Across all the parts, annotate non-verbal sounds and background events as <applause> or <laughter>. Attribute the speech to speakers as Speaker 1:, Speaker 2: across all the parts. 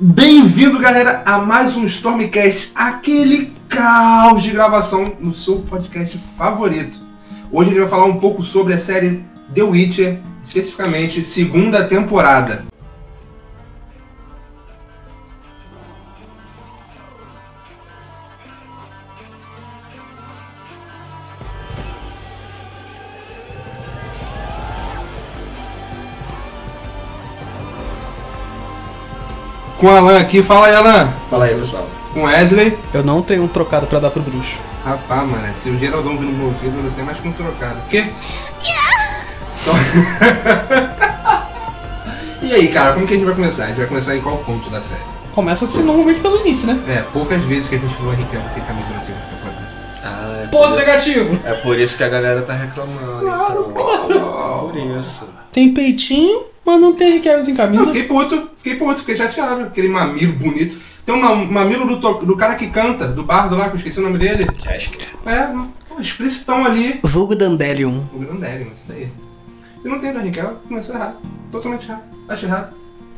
Speaker 1: Bem-vindo, galera, a mais um Stormcast, aquele caos de gravação no seu podcast favorito. Hoje a gente vai falar um pouco sobre a série The Witcher, especificamente segunda temporada. Com o Alan aqui, fala aí, Alan.
Speaker 2: Fala aí, pessoal.
Speaker 1: Com o Wesley.
Speaker 3: Eu não tenho um trocado pra dar pro bruxo.
Speaker 1: Rapaz, mano, se o Geraldão vir no meu ouvido, não tem mais como trocar. O quê? <laughs> Então... e aí, cara, como que a gente vai começar? A gente vai começar em qual ponto da série?
Speaker 3: Começa assim normalmente pelo início, né?
Speaker 1: É, poucas vezes que a gente viu o Henrique sem camisa na segunda <laughs> temporada.
Speaker 2: Ah, é por
Speaker 3: Ponto
Speaker 2: isso-
Speaker 3: negativo!
Speaker 2: É por isso que a galera tá reclamando. Claro,
Speaker 1: claro.
Speaker 2: Por isso.
Speaker 3: Tem peitinho, mas não tem requerros em
Speaker 1: Eu
Speaker 3: camisa.
Speaker 1: fiquei puto, fiquei puto, fiquei chateado. Aquele mamilo bonito. Tem um ma- mamilo do, to- do cara que canta, do bardo lá, que eu esqueci o nome dele.
Speaker 2: Já esquece.
Speaker 1: É, um explicitão ali.
Speaker 3: Vulgo Dandelion.
Speaker 1: O Grandelion, isso daí. E não tem o da Raquel, começou errado. Totalmente errado. Acho errado.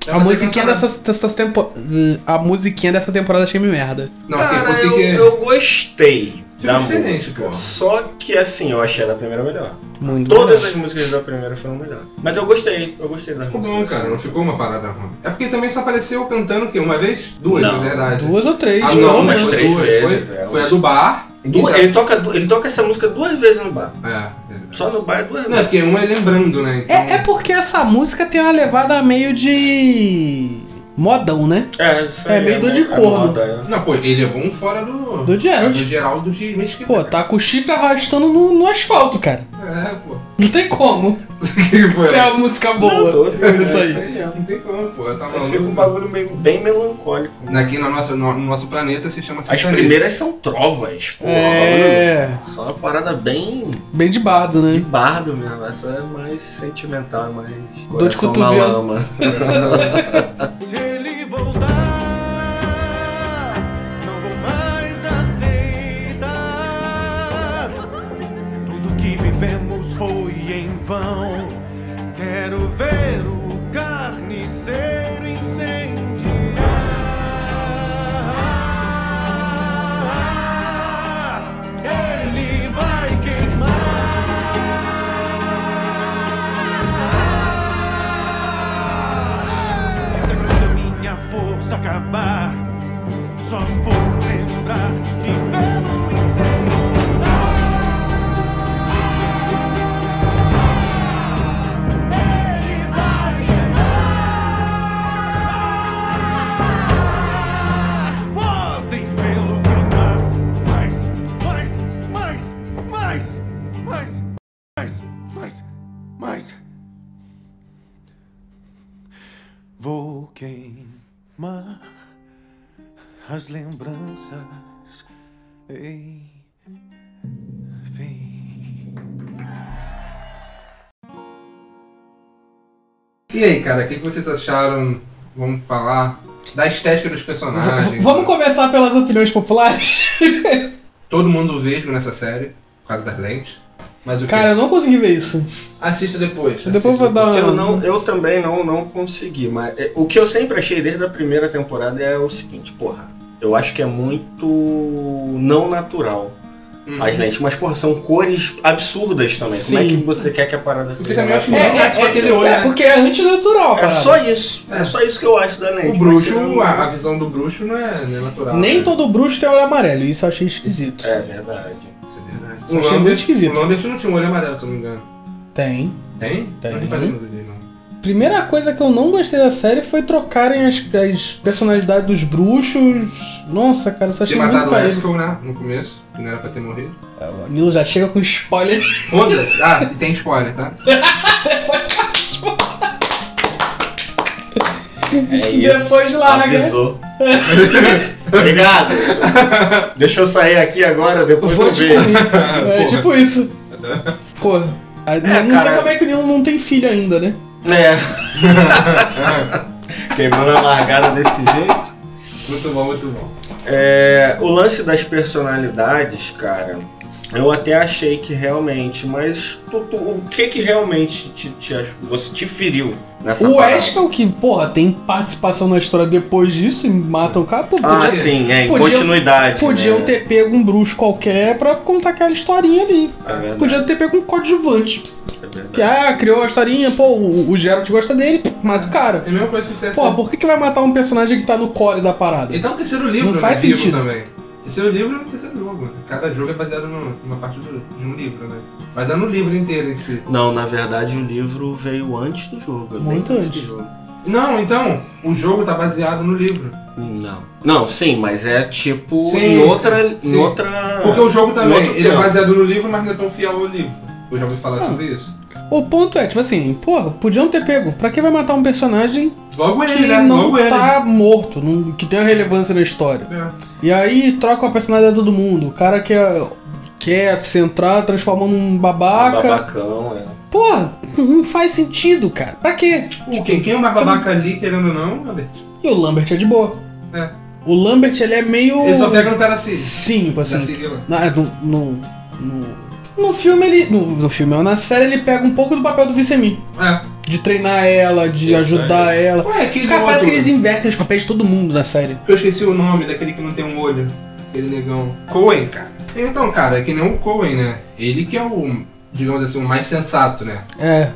Speaker 3: A é
Speaker 1: Ela
Speaker 3: musiquinha
Speaker 1: tá
Speaker 3: dessas, dessas tempo... A musiquinha dessa temporada achei meio merda.
Speaker 1: Não, fiquei puto,
Speaker 2: Cara,
Speaker 1: fiquei
Speaker 2: eu,
Speaker 1: que.
Speaker 2: eu gostei
Speaker 1: Ficou
Speaker 2: da
Speaker 1: diferente,
Speaker 2: música.
Speaker 1: pô.
Speaker 2: Só que assim, eu achei a da primeira melhor.
Speaker 3: Muito
Speaker 2: Todas
Speaker 3: merda.
Speaker 2: as músicas da primeira foram melhor. Mas eu gostei, eu gostei da
Speaker 1: Ficou bom, cara, não ficou uma parada ruim. É porque também só apareceu cantando o quê? Uma vez? Duas,
Speaker 2: Não.
Speaker 1: na verdade.
Speaker 3: Duas ou três.
Speaker 1: Ah,
Speaker 3: pelo
Speaker 1: não, mas
Speaker 3: menos.
Speaker 1: foi
Speaker 2: três
Speaker 1: duas.
Speaker 2: vezes,
Speaker 1: foi,
Speaker 2: é,
Speaker 1: foi a
Speaker 2: umas-
Speaker 1: do bar.
Speaker 2: Du-
Speaker 1: Isso
Speaker 2: ele, toca, du- ele toca essa múca duas vezes no bar.
Speaker 1: É, é.
Speaker 2: Só no bar é duas
Speaker 1: Não, é
Speaker 2: vezes.
Speaker 1: porque uma é lembrando, né? Então,
Speaker 3: É, é porque essa música tem uma levada meio de... Modão, né?
Speaker 2: É, isso
Speaker 3: É
Speaker 2: aí.
Speaker 3: meio dor de
Speaker 2: mo-
Speaker 3: corno.
Speaker 2: moda, é.
Speaker 1: Não, pô, ele levou um fora do.
Speaker 3: Do
Speaker 1: do
Speaker 3: Geralt.
Speaker 1: Geraldo de Mesquita.
Speaker 3: Pô, tá com o chifre arrastando no, no asfalto, cara.
Speaker 1: É, pô.
Speaker 3: Não tem como
Speaker 1: Que foi?
Speaker 3: ser uma música
Speaker 2: Não,
Speaker 3: boa.
Speaker 2: tô ouvindo,
Speaker 3: É isso aí.
Speaker 2: mesmo.
Speaker 1: Não tem como, pô. Eu tava
Speaker 2: Eu fico um
Speaker 1: maluco.
Speaker 2: bagulho meio- bem melancólico.
Speaker 1: Aqui é no nosso, no, no nosso planeta se chama
Speaker 2: As
Speaker 1: sertanejo.
Speaker 2: primeiras são trovas, pô.
Speaker 3: É...
Speaker 2: Só uma parada bem
Speaker 3: Bem de bardo,
Speaker 2: de
Speaker 3: né?
Speaker 2: bardo mesmo. Essa é mais sentimental, é mais.
Speaker 3: Dor de
Speaker 2: coração na
Speaker 3: cotovelo.
Speaker 2: lama.
Speaker 4: Se ele voltar, não vou mais aceitar. Tudo que vivemos foi em vão. Quero ver o carniceiro incendiar. Ele vai queimar. Quando minha força acabar, só vou lembrar de ver um incêndio. Podem vê-lo queimar. Mais, mais, mais, mais, mais, mais, mais, mais. Vou queimar as lembranças. Enfim.
Speaker 1: E aí, cara, o que, que vocês acharam? Vamos falar da estética dos personagens.
Speaker 3: <laughs> Vamos começar pelas opiniões populares?
Speaker 1: Todo mundo vesgo nessa série, por causa das lentes. Mas o que?
Speaker 3: Cara, eu não consegui ver isso.
Speaker 1: Assista depois.
Speaker 3: Depois eu vou
Speaker 1: assista
Speaker 3: dar
Speaker 2: Eu, não, eu também não, não consegui, mas é, o que eu sempre achei desde a primeira temporada é o seguinte, porra, eu acho que é muito não natural
Speaker 1: depois. Hum.
Speaker 2: as lentes, mas porra, são cores absurdas também. Como é
Speaker 3: Sim.
Speaker 2: que você quer que a parada
Speaker 1: Porque
Speaker 2: seja?
Speaker 1: também eu acho que
Speaker 2: natural?
Speaker 1: não parece com aquele olho,
Speaker 3: é
Speaker 1: né?
Speaker 3: porque é antinatural,
Speaker 2: É
Speaker 3: cara.
Speaker 2: só isso. É.
Speaker 1: É.
Speaker 2: só isso que eu acho da lente.
Speaker 1: O bruxo, a, a visão do bruxo não é, não é natural.
Speaker 3: Nem
Speaker 1: né?
Speaker 3: todo bruxo tem olho amarelo, isso eu achei esquisito.
Speaker 2: É verdade.
Speaker 1: Isso é verdade.
Speaker 3: Eu
Speaker 1: O
Speaker 3: achei muito
Speaker 1: Lambert-
Speaker 3: esquisito.
Speaker 1: O Lambert não tinha um olho amarelo, se eu não me engano.
Speaker 3: Tem.
Speaker 1: Tem?
Speaker 3: Tem.
Speaker 1: Não é reparei no um dele, não.
Speaker 3: Primeira coisa que eu não gostei da série foi trocarem as, as personalidades dos bruxos. Nossa, cara, isso eu
Speaker 1: Ter
Speaker 3: achei muito
Speaker 1: matado o
Speaker 3: caído.
Speaker 1: Haskell, né? No começo, que não era pra ter morrido.
Speaker 3: É, O Nilo já chega com spoiler.
Speaker 1: Foda-se. Ah, e tem spoiler, tá?
Speaker 2: É isso.
Speaker 3: Depois né?
Speaker 2: <laughs>
Speaker 3: larga.
Speaker 2: Avisou. Obrigado. Deixa eu sair aqui agora, depois
Speaker 3: Vou
Speaker 2: eu
Speaker 3: te
Speaker 2: vejo.
Speaker 3: comer. É
Speaker 1: Porra.
Speaker 3: tipo isso. Pô, aí não- não sei
Speaker 2: cara.
Speaker 3: como é que o Nilo não tem filho ainda, né?
Speaker 2: É. <laughs> Queimando a largada desse jeito.
Speaker 1: Muito bom, muito bom.
Speaker 2: É, o lance das personalidades, cara, Eu até achei que realmente, mas tu- tu- o que que realmente te, te ach- você te feriu nessa
Speaker 3: O
Speaker 2: parada?
Speaker 3: Ash é o que, porra, tem participação na história depois disso e mata o cara. Pô,
Speaker 2: Ah,
Speaker 3: podia,
Speaker 2: sim, é, em
Speaker 3: podiam-
Speaker 2: continuidade.
Speaker 3: podiam
Speaker 2: né?
Speaker 3: ter pego um bruxo qualquer pra contar aquela historinha ali.
Speaker 2: É verdade,
Speaker 3: Podiam ter pego um coadjuvante.
Speaker 2: é verdade.
Speaker 3: Que, ah, criou a historinha, pô, o, o Geralt gosta dele, pô, mata o cara.
Speaker 1: É a mesma coisa que fizesse.
Speaker 3: Porra, por que, que vai matar um personagem que tá no core da parada?
Speaker 1: Então, terceiro livro
Speaker 3: Não faz
Speaker 1: né, livro
Speaker 3: sentido.
Speaker 1: também. Terceiro livro é um terceiro jogo. Cada jogo é baseado num- numa parte do num livro, né? Baseado no livro inteiro em si.
Speaker 2: Não, na verdade o livro veio antes do jogo. eu
Speaker 3: Muito
Speaker 2: nem-
Speaker 3: antes.
Speaker 1: Do jogo. Não, então, o jogo tá baseado no livro.
Speaker 2: Não. Não, sim, mas é tipo
Speaker 1: Sim,
Speaker 2: em outra.
Speaker 1: sim, sim.
Speaker 2: Em outra.
Speaker 1: Porque o jogo também,
Speaker 2: outro
Speaker 1: ele é
Speaker 2: tempo.
Speaker 1: baseado no livro, mas não é tão fiel ao livro. Eu já ouvi falar
Speaker 3: Ah.
Speaker 1: sobre isso.
Speaker 2: Então-
Speaker 3: O ponto é, tipo assim, porra, podiam ter pego. Pra que vai matar um personagem
Speaker 1: Logo
Speaker 3: que
Speaker 1: ele, né?
Speaker 3: não
Speaker 1: Logo ele.
Speaker 3: tá morto, não- que tem uma relevância na história?
Speaker 1: É.
Speaker 3: E aí troca a personalidade de todo mundo. O cara quer, quer se entrar, transforma num
Speaker 2: Um
Speaker 3: babaca.
Speaker 2: babacão, é.
Speaker 3: Porra, não faz sentido, cara. Pra quê?
Speaker 1: O quem, quem é uma babaca ali, querendo ou não, Robert?
Speaker 3: E o Lambert é de boa.
Speaker 1: É.
Speaker 3: O Lambert, ele é meio...
Speaker 1: Ele só pega no pé da Siri.
Speaker 3: Sim,
Speaker 1: Da
Speaker 3: assim.
Speaker 1: Cirila.
Speaker 3: Na- No, no, no, no filme, ele... No, no filme, não, na série, ele pega um pouco do papel do Vicemi.
Speaker 1: É.
Speaker 3: De treinar ela, de
Speaker 2: Isso
Speaker 3: ajudar ela.
Speaker 1: Ué, aquele
Speaker 3: Cara, parece
Speaker 1: é outro.
Speaker 3: que eles invertem os papéis de todo mundo na série.
Speaker 1: Eu esqueci o nome daquele que não tem um olho. Aquele negão. Cohen, cara. Então, cara, é que nem o Cohen, né? Ele que é o, digamos assim, o mais sensato, né?
Speaker 3: É.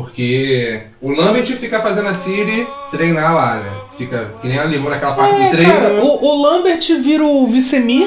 Speaker 1: Porque o Lambert fica fazendo a Siri treinar lá, né? Fica que nem ela levou naquela parte do
Speaker 3: É,
Speaker 1: treino.
Speaker 3: cara, o, o Lambert vira o Vicemir,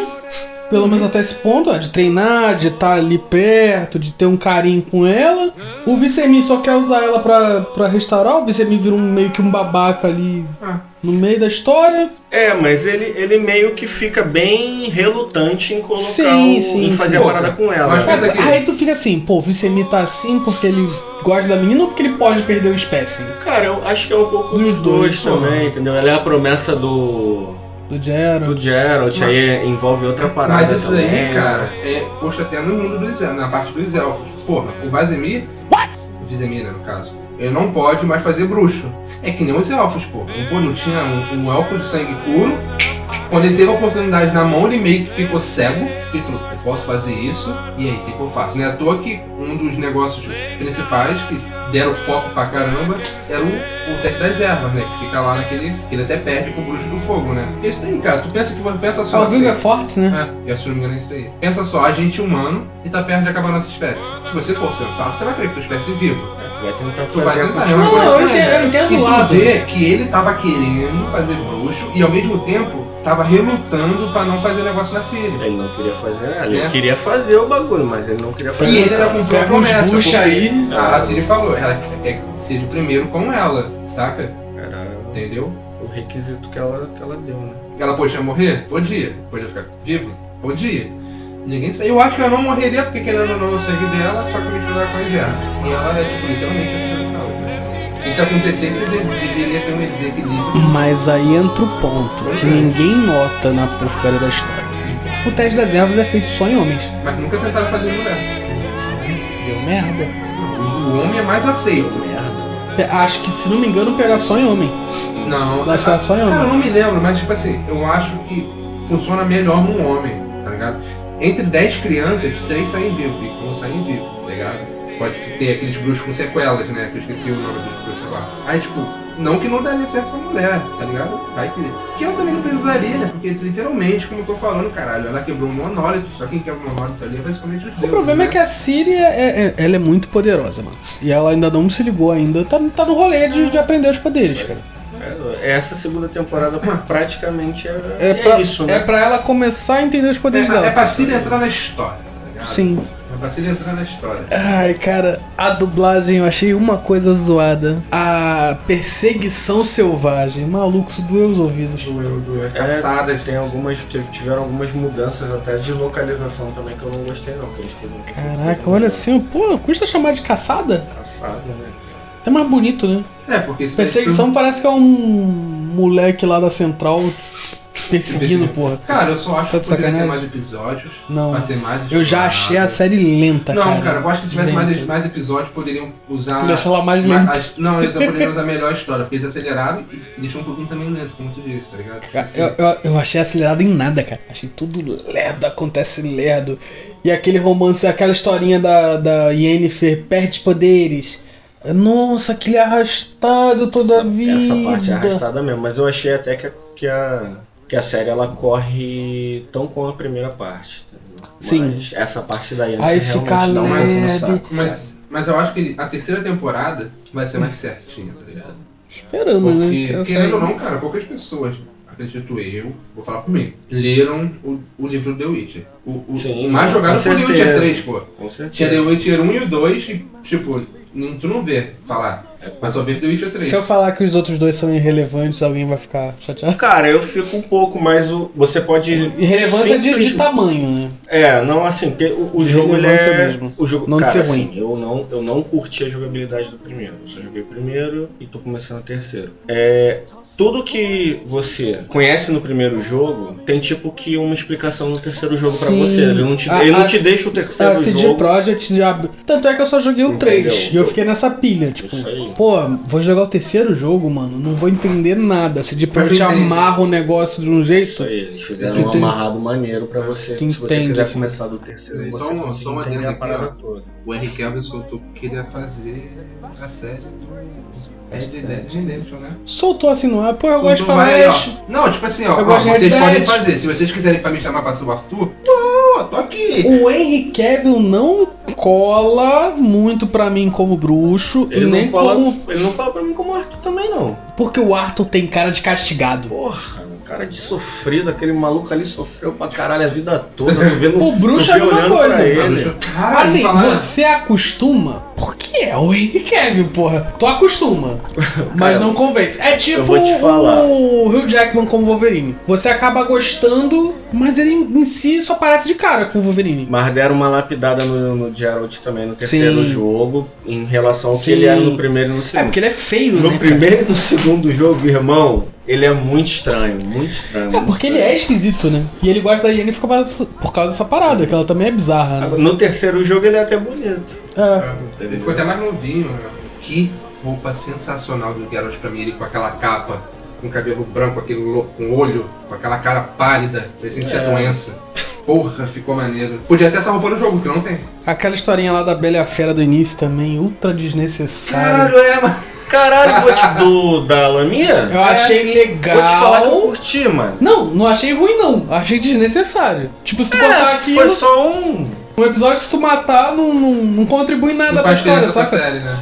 Speaker 3: pelo menos até esse ponto, ó, de treinar, de estar ali perto, de ter um carinho com ela. O Vicemir só quer usar ela pra, pra restaurar, o Vicemir vira um, meio que um babaca ali
Speaker 1: Ah.
Speaker 3: no meio da história.
Speaker 2: É, mas ele, ele meio que fica bem relutante em colocar
Speaker 3: Sim,
Speaker 2: o,
Speaker 3: sim,
Speaker 2: em fazer
Speaker 1: sim.
Speaker 2: a parada com ela.
Speaker 1: Mas é- pensa
Speaker 2: né?
Speaker 1: que-
Speaker 3: Aí tu fica assim, pô, o Vicemir tá assim porque ele gosta da menina ou porque ele pode perder o espécie
Speaker 2: Cara, eu acho que é um pouco
Speaker 3: Dos
Speaker 2: dos dois,
Speaker 1: dois, né?
Speaker 2: também, entendeu? Ela é a promessa do.
Speaker 3: do Geralt?
Speaker 2: do Geralt,
Speaker 1: Mas-
Speaker 2: aí envolve outra parada.
Speaker 1: Mas isso
Speaker 2: também.
Speaker 1: daí, cara, é posto até no mundo dos elfos, na parte dos elfos. Porra, o Vazemir. O Vizemir, né, no caso. Ele não pode mais fazer bruxo. É que nem os elfos, pô. O Pô não tinha um, um elfo de sangue puro. Quando ele teve a oportunidade na mão, ele meio que ficou cego. Ele falou, eu posso fazer isso, e aí, o que, que eu faço? Não é à toa que um dos negócios principais que deram foco pra caramba era o, o teste das ervas, né? Que fica lá naquele. que ele até perde pro bruxo do fogo, né? Isso daí, cara, tu pensa que pensa
Speaker 3: Ah,
Speaker 1: só.
Speaker 3: o
Speaker 1: assim.
Speaker 3: Vilga é forte, né?
Speaker 1: É, e se não me engano é isso daí. Pensa só, a gente humano e tá perto de acabar a nossa espécie. Se você for sensato, você vai crer que tua espécie é viva.
Speaker 2: né? Tu vai tentar
Speaker 1: Tu vai
Speaker 2: fazer a
Speaker 1: tentar,
Speaker 2: continuidade.
Speaker 1: é uma coisa
Speaker 3: Não, eu entendo, eu
Speaker 1: E
Speaker 3: entendo o
Speaker 1: tu
Speaker 3: Tá lado.
Speaker 1: vê que ele tava querendo fazer bruxo e ao mesmo tempo tava relutando pra não fazer negócio na Síria.
Speaker 2: Ele não queria fazer nada. Ele
Speaker 1: É.
Speaker 2: queria fazer o bagulho, mas ele não queria fazer
Speaker 1: E ele
Speaker 2: nada.
Speaker 1: ainda cumpriu a
Speaker 3: Pega uns
Speaker 1: promessa.
Speaker 3: bucha
Speaker 1: porque
Speaker 3: aí.
Speaker 1: A a Siri falou, ela quer que seja o primeiro com ela, saca?
Speaker 2: Era
Speaker 1: Entendeu?
Speaker 2: o requisito que ela, que ela deu, né?
Speaker 1: Ela podia morrer? Podia. Podia ficar viva? Podia. Ninguém sabe. Eu acho que ela não morreria porque querendo ou não o sangue dela, só que misturar com a ervas. E ela é, tipo, literalmente a filha do caos, né? E se acontecesse, de- deveria ter um desequilíbrio.
Speaker 3: Mas aí entra o ponto que ninguém nota na porcaria da história. O teste das ervas é feito só em homens.
Speaker 1: Mas nunca tentaram fazer em mulher.
Speaker 3: Deu merda.
Speaker 1: O homem é mais aceito.
Speaker 2: Merda.
Speaker 3: Pe- É, Acho que, se não me engano, pegar só em homem.
Speaker 1: Não.
Speaker 3: Vai ser só em
Speaker 1: Cara, eu
Speaker 3: homem.
Speaker 1: não me lembro, mas tipo assim, eu acho que funciona melhor num homem, tá ligado? Entre 10 crianças, 3 saem vivos e um saem vivo, tá ligado? Pode ter aqueles bruxos com sequelas, né? Que eu esqueci o nome dos bruxos lá. Aí, tipo, não que não daria certo pra mulher, tá ligado? Vai que. Que eu também não precisaria, né? Porque literalmente, como eu tô falando, caralho, ela quebrou um monólito, só quem quebra um monólito ali é basicamente os né?
Speaker 3: O problema é que a Siri é, é- ela é muito poderosa, mano. E ela ainda não se ligou ainda. Tá, tá no rolê de, de aprender os poderes, cara.
Speaker 2: É, Essa segunda temporada praticamente era,
Speaker 3: É
Speaker 2: é,
Speaker 3: pra-
Speaker 2: isso, né?
Speaker 3: É pra ela começar a entender os
Speaker 1: É,
Speaker 3: poderes
Speaker 1: é,
Speaker 3: dela.
Speaker 1: pra Cília entrar na história, tá ligado?
Speaker 3: Sim.
Speaker 1: É pra Cília entrar na história.
Speaker 3: Ai, cara, a dublagem eu achei uma coisa zoada. A perseguição selvagem. Maluco, isso doeu os ouvidos.
Speaker 1: Doeu, doeu. É Caçadas,
Speaker 2: Tem algumas, teve- tiveram algumas mudanças até de localização também que eu não gostei não, que eles podiam ter feito
Speaker 3: Caraca,
Speaker 2: coisa
Speaker 3: olha
Speaker 2: melhor.
Speaker 3: assim, pô, custa chamar de caçada?
Speaker 2: Caçada, né?
Speaker 3: Até mais bonito, né?
Speaker 1: É, porque isso daí tudo-
Speaker 3: Perseguição parece que é um moleque lá da central Perseguindo, porra.
Speaker 1: Cara, eu só acho que
Speaker 3: Tá de
Speaker 1: poderia ter
Speaker 3: sacanagem?
Speaker 1: mais episódios.
Speaker 3: Não.
Speaker 1: Pra ser mais
Speaker 3: Eu
Speaker 1: explorado.
Speaker 3: já achei a série lenta, cara.
Speaker 1: Não, cara, eu acho que se tivesse
Speaker 3: Lenta.
Speaker 1: mais, mais episódios, poderiam usar.
Speaker 3: Deixa ela mais
Speaker 1: Mas
Speaker 3: lenta.
Speaker 1: as- não, eles poderiam usar melhor a história, porque eles aceleraram e deixou um pouquinho também lento, como tu disse, tá ligado? Tipo assim,
Speaker 3: Eu, eu, eu achei acelerado em nada, cara. Achei tudo lerdo, acontece lerdo. E aquele romance, aquela historinha da, da Yennefer perde poderes. Nossa, aquele arrastado toda a vida.
Speaker 2: Essa parte é arrastada mesmo, mas eu achei até que a, que a, que a série ela corre tão com a primeira parte. tá ligado?
Speaker 3: Sim.
Speaker 2: Mas essa parte daí
Speaker 3: Aí
Speaker 2: realmente
Speaker 3: fica
Speaker 2: dá uma
Speaker 1: leve,
Speaker 2: forçada, cara.
Speaker 1: mas, mas eu acho que a terceira temporada vai ser mais certinha, tá ligado?
Speaker 3: Esperando, né?
Speaker 1: Porque,
Speaker 3: Essa-
Speaker 1: querendo ou não, cara, poucas pessoas, acredito eu, vou falar por mim, leram o, o livro The Witcher. O, o,
Speaker 2: Sim,
Speaker 1: o mais
Speaker 2: com
Speaker 1: jogado foi The
Speaker 2: certeza.
Speaker 1: Witcher 3, pô.
Speaker 2: Com
Speaker 1: Tinha The
Speaker 2: certeza.
Speaker 1: Witcher 1 e o 2 e, tipo, não- tu não vê falar, mas só vê The Witcher 3.
Speaker 3: Se eu falar que os outros dois são irrelevantes, alguém vai ficar chateado.
Speaker 2: Cara, eu fico um pouco, mas o, você pode.
Speaker 3: Irrelevância de, de
Speaker 2: simplesmente-
Speaker 3: tamanho, né?
Speaker 2: É, não, assim, porque o, o jogo ele
Speaker 3: Relevância
Speaker 2: é.
Speaker 3: mesmo.
Speaker 2: O jogo,
Speaker 3: Não de
Speaker 2: cara,
Speaker 3: ser ruim.
Speaker 2: assim, eu não, eu não curti a jogabilidade do primeiro. Eu só joguei o primeiro e tô começando o terceiro. É, tudo que você conhece no primeiro jogo tem tipo que uma explicação no terceiro jogo pra
Speaker 3: Sim.
Speaker 2: você. Ele não te,
Speaker 3: A-
Speaker 2: ele não
Speaker 3: a-
Speaker 2: te deixa o
Speaker 3: A
Speaker 2: terceiro
Speaker 3: CD
Speaker 2: jogo.
Speaker 3: Projekt já. Tanto é que eu só joguei o
Speaker 2: Entendeu?
Speaker 3: 3 e eu fiquei nessa pilha, tipo.
Speaker 2: Isso aí.
Speaker 3: Pô, vou jogar o terceiro jogo, mano. Não vou entender nada. Se de
Speaker 1: Mas
Speaker 3: Projekt
Speaker 1: tu entende.
Speaker 3: amarra o negócio de um
Speaker 2: Isso
Speaker 3: jeito.
Speaker 2: aí, eles fizeram
Speaker 3: Tu
Speaker 2: um
Speaker 3: tem-
Speaker 2: amarrado maneiro pra você.
Speaker 3: Tu
Speaker 2: Se você
Speaker 3: entende,
Speaker 2: quiser
Speaker 3: assim.
Speaker 2: começar do terceiro,
Speaker 1: Só
Speaker 2: você
Speaker 1: um- só um
Speaker 2: consegue entender
Speaker 1: adendo
Speaker 2: a
Speaker 1: aqui,
Speaker 2: parada
Speaker 1: ó.
Speaker 2: toda.
Speaker 1: O R. Kelvin soltou que queria fazer a série do Red Dead Redemption, né?
Speaker 3: Soltou assim no ar. Pô, eu
Speaker 1: Soltou,
Speaker 3: gosto de falar
Speaker 1: vai aí, ó.
Speaker 3: isso.
Speaker 1: Não, tipo assim, ó,
Speaker 3: Eu
Speaker 1: ó,
Speaker 3: gosto de
Speaker 1: vocês
Speaker 3: Red
Speaker 1: podem
Speaker 3: Dead.
Speaker 1: fazer. Se vocês quiserem pra me chamar pra ser o Arthur, pô, tô aqui.
Speaker 3: O Henry Cavill não cola muito pra mim como bruxo.
Speaker 2: Ele
Speaker 3: e nem
Speaker 2: não, cola,
Speaker 3: como.
Speaker 2: ele não cola pra mim como Arthur também, não.
Speaker 3: Porque o Arthur tem cara de castigado.
Speaker 2: Porra, um cara de sofrido, aquele maluco ali sofreu pra caralho a vida toda, tu vendo um-
Speaker 3: O bruxo
Speaker 2: tu vê
Speaker 3: é uma
Speaker 2: olhando
Speaker 3: coisa.
Speaker 2: pra ele.
Speaker 1: Cara,
Speaker 3: Assim,
Speaker 1: falar-
Speaker 3: você acostuma, porque é o Henry Cavill, porra.
Speaker 2: <laughs>
Speaker 3: Tu acostuma, mas não convence. É tipo
Speaker 2: eu vou te falar.
Speaker 3: o Hugh Jackman como Wolverine. Você acaba gostando, mas ele em si só parece de cara com o Wolverine.
Speaker 2: Mas deram uma lapidada no, no Geralt também no terceiro
Speaker 3: Sim.
Speaker 2: jogo, em relação ao que
Speaker 3: Sim.
Speaker 2: ele era no primeiro e no
Speaker 3: É
Speaker 2: segundo.
Speaker 3: porque ele é feio, né?
Speaker 2: no
Speaker 3: cara?
Speaker 2: primeiro e no segundo jogo, irmão, ele é muito estranho, muito estranho.
Speaker 3: É porque ele é esquisito, né? E ele gosta da Yennefer por causa- por causa dessa parada, que ela também é bizarra, né?
Speaker 2: No terceiro jogo ele é até bonito.
Speaker 3: É.
Speaker 1: Ele ficou até mais novinho, né? Que roupa sensacional do Geralt pra mim, ele com aquela capa, com cabelo branco, aquele louco, com olho, com aquela cara pálida, parecia que tinha
Speaker 2: É.
Speaker 1: doença. Porra, ficou maneiro. Podia ter essa roupa no jogo, que não tem.
Speaker 3: Ah, Aquela historinha lá da Bela e a Fera do início também, ultra desnecessária.
Speaker 1: Caralho, é, mano.
Speaker 2: Caralho, vou te do da Lamia?
Speaker 3: Eu achei legal.
Speaker 2: é, Vou te falar que eu curti, mano.
Speaker 3: Não, não achei ruim não. Achei desnecessário. Tipo, se tu botar aqui
Speaker 2: É, Foi só um.
Speaker 3: um episódio, se tu matar, não, não, não contribui nada
Speaker 1: Não
Speaker 3: pra
Speaker 1: faz
Speaker 3: história,
Speaker 1: diferença pra
Speaker 3: saca?
Speaker 1: série, né?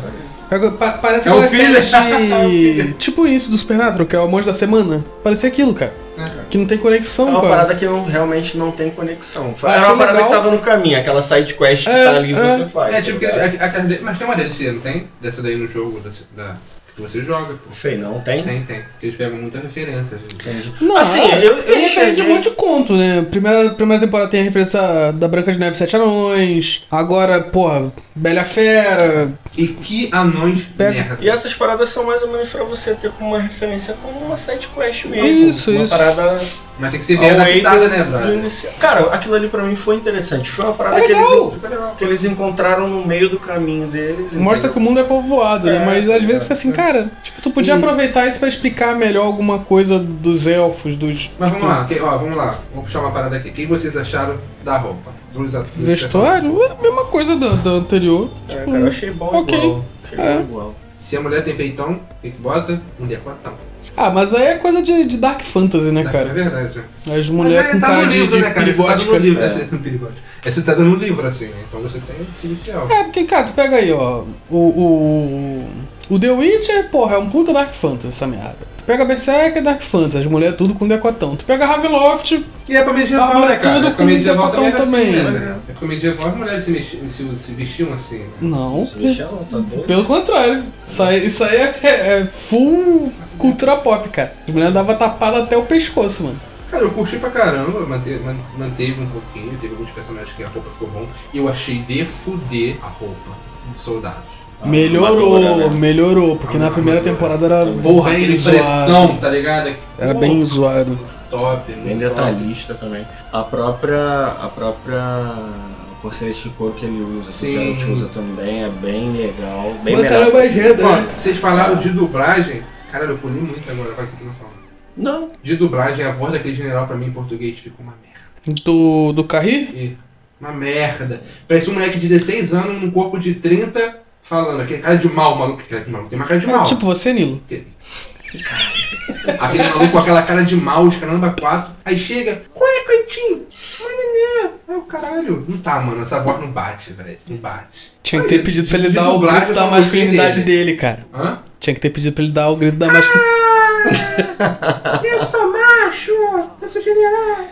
Speaker 3: É, pa- Parece
Speaker 1: É
Speaker 3: aquela
Speaker 1: o filho. <laughs>
Speaker 3: série de. tipo isso do Supernatural, que é o Monge da Semana. Parecia aquilo, cara.
Speaker 1: É, cara.
Speaker 3: Que não tem conexão,
Speaker 2: É uma
Speaker 3: cara.
Speaker 2: parada que não- realmente não tem conexão. Foi-
Speaker 3: Achei
Speaker 2: Era uma parada
Speaker 3: legal.
Speaker 2: que tava no caminho, aquela side quest que
Speaker 3: É,
Speaker 2: tá ali e
Speaker 3: é.
Speaker 2: você faz.
Speaker 1: É, tipo, que
Speaker 2: tá ligado?
Speaker 1: a- aquela de- mas tem uma DLC, não tem? Dessa daí no jogo, dessa- da, que você joga, pô.
Speaker 2: Sei não, tem?
Speaker 1: Tem, tem. Porque eles pegam muita referência, gente.
Speaker 2: Entendi.
Speaker 3: Não,
Speaker 2: Assim,
Speaker 3: é-
Speaker 2: eu, eu
Speaker 3: tem referência de um
Speaker 2: enxerguei-
Speaker 3: monte de conto, né? Primeira, primeira temporada tem a referência da Branca de Neve e Sete Anões. Agora, porra, Bela e a Fera.
Speaker 1: E que anões
Speaker 3: Pega-
Speaker 1: merda.
Speaker 2: E essas paradas são mais ou menos pra você ter como uma referência como uma side quest mesmo.
Speaker 3: Isso,
Speaker 2: uma
Speaker 3: isso.
Speaker 2: parada
Speaker 1: Mas tem que ser bem
Speaker 2: ao
Speaker 1: adaptada,
Speaker 2: Wave
Speaker 1: né, brother?
Speaker 2: inicial. Cara, aquilo ali pra mim foi interessante. Foi uma parada
Speaker 3: É
Speaker 2: que eles,
Speaker 3: legal.
Speaker 1: Fica legal.
Speaker 2: que eles encontraram no meio do caminho deles.
Speaker 3: Mostra que o mundo é povoado, né?
Speaker 2: É,
Speaker 3: Mas às
Speaker 2: é,
Speaker 3: vezes fica assim,
Speaker 2: é.
Speaker 3: cara, tipo, tu podia
Speaker 1: E-
Speaker 3: aproveitar isso pra explicar melhor alguma coisa dos elfos, dos.
Speaker 1: Mas
Speaker 3: tipo,
Speaker 1: vamos lá, que- ó, vamos lá. Vou puxar uma parada aqui. O que vocês acharam da roupa? Dos atores.
Speaker 3: Vestuário? É a mesma coisa da, da anterior. tipo,
Speaker 2: É, cara, eu achei bom
Speaker 3: um Ok.
Speaker 2: igual. Achei
Speaker 3: É.
Speaker 2: bom igual.
Speaker 1: Se a mulher tem peitão, o que, que bota? Um Mulher com atão.
Speaker 3: Ah, mas aí é coisa de, de Dark Fantasy, né,
Speaker 1: É
Speaker 3: cara?
Speaker 1: verdade. né?
Speaker 3: As mulheres
Speaker 1: Mas,
Speaker 3: com
Speaker 1: é,
Speaker 3: cara de, de
Speaker 1: Isso tá no
Speaker 3: perigótica.
Speaker 1: livro,
Speaker 2: É.
Speaker 1: é. no perigótico. É citada no livro, assim, né? Então você tem que se fiel.
Speaker 3: É, porque, cara, tu pega aí, ó. O. O, o The Witcher, porra, é um puta Dark Fantasy essa merda. Tu pega Berserk é Dark Fantasy, as mulheres tudo com decotão. Tu pega Ravenloft,
Speaker 1: E é pra medieval,
Speaker 3: Ah, mas
Speaker 1: né, cara?
Speaker 3: tudo
Speaker 1: É
Speaker 3: com
Speaker 1: pra medieval também era assim,
Speaker 3: também,
Speaker 1: né? velho? É pra medieval as mulheres se, mexi- se, se vestiam assim, né?
Speaker 3: não.
Speaker 2: Isso, Michel, tá doido?
Speaker 3: Pelo contrário, isso aí, isso aí é, é- é full cultura pop, cara. As mulheres davam tapada até o pescoço, mano.
Speaker 1: Cara, eu curti pra caramba, mante- man- manteve, um pouquinho, teve alguns personagens que a roupa ficou bom. E eu achei de fuder a roupa dos soldados.
Speaker 3: Melhorou,
Speaker 2: Armadura, né?
Speaker 3: melhorou, porque na primeira temporada era
Speaker 1: Porra,
Speaker 3: bem
Speaker 1: aquele
Speaker 3: zoado.
Speaker 1: pretão, tá ligado?
Speaker 3: Era
Speaker 1: Porra,
Speaker 3: bem zoado.
Speaker 1: top,
Speaker 2: Bem
Speaker 1: muito top.
Speaker 2: detalhista também. A própria. A própria corcelete de couro que ele usa, assim, que o
Speaker 1: Sim.
Speaker 2: Geralt usa também, é bem legal. Bem
Speaker 3: Botaram
Speaker 2: melhor.
Speaker 3: mais renda,
Speaker 1: Ó,
Speaker 3: né?
Speaker 1: <laughs> vocês falaram de dublagem. Caralho, eu pulei muito agora, vai continuar falando.
Speaker 2: Não.
Speaker 1: De dublagem, a voz daquele general pra mim em português ficou uma merda.
Speaker 3: Do, do Carri?
Speaker 1: E- Uma merda. Parece um moleque de 16 anos num corpo de 30 falando. Aquele cara de mal, maluco. Aquele cara de mal, tem uma cara de mal.
Speaker 3: Tipo você, Nilo.
Speaker 1: Aquele- Aquele maluco com aquela cara de mal, os caramba quatro. Aí chega, qual é, Quentinho? Mano, né? É o caralho. Não tá, mano. Essa voz não bate, velho. Não bate.
Speaker 3: Tinha que ter pedido pra ele
Speaker 1: de
Speaker 3: dar o
Speaker 1: dublagem,
Speaker 3: grito
Speaker 1: eu
Speaker 3: da
Speaker 1: só gostei
Speaker 3: masculinidade dele, cara.
Speaker 1: Hã?
Speaker 3: Tinha que ter pedido pra ele dar o grito da masculinidade.
Speaker 1: Eu sou macho! Eu sou general!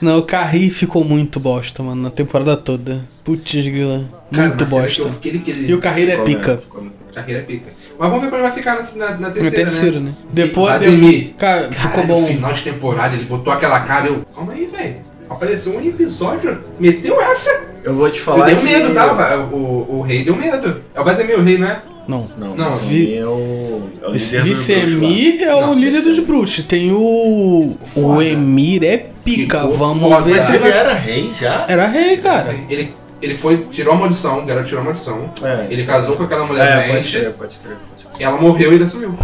Speaker 3: Não, o Carri ficou muito bosta, mano, na temporada toda. Putz, grila.
Speaker 1: Cara,
Speaker 3: Muito
Speaker 1: mas será que
Speaker 3: bosta.
Speaker 1: eu- que ele- que ele-
Speaker 3: E o Carreiro é
Speaker 2: Ficou
Speaker 3: pica.
Speaker 2: melhor, ficou melhor.
Speaker 1: Carreira pica. Mas vamos ver quando vai ficar na, na, na
Speaker 3: É
Speaker 1: terceira,
Speaker 3: terceiro, né? Depois.
Speaker 1: Mas em mim.
Speaker 3: Cara, ficou
Speaker 1: Caralho,
Speaker 3: bom.
Speaker 1: final de temporada, ele botou aquela cara eu. Calma aí, velho. Apareceu um episódio, meteu essa.
Speaker 2: Eu vou te
Speaker 1: Eu
Speaker 2: falar.
Speaker 1: dei um
Speaker 2: que-
Speaker 1: medo, tá? tava. O, o rei deu medo. É o Vazemir, o rei, né?
Speaker 3: Não.
Speaker 2: Não,
Speaker 1: Não,
Speaker 2: não
Speaker 3: vi-
Speaker 2: é o. É o líder do Bruxo
Speaker 3: Vicemir é o
Speaker 1: Não,
Speaker 3: líder
Speaker 2: Vicemir.
Speaker 3: dos bruxos. Tem o. O
Speaker 1: Foda.
Speaker 3: Emir é pica.
Speaker 1: Ficou
Speaker 3: Vamos
Speaker 1: foda. é-
Speaker 3: ver
Speaker 2: lá. Mas
Speaker 3: se
Speaker 2: ele
Speaker 3: vai.
Speaker 2: era rei já?
Speaker 3: Era rei, cara.
Speaker 1: Ele, ele foi, tirou a maldição, o garoto tirou a maldição.
Speaker 2: É,
Speaker 1: Ele casou com aquela mulher é,
Speaker 2: É, pode crer, pode crer, pode crer.
Speaker 1: e ela morreu e ele assumiu.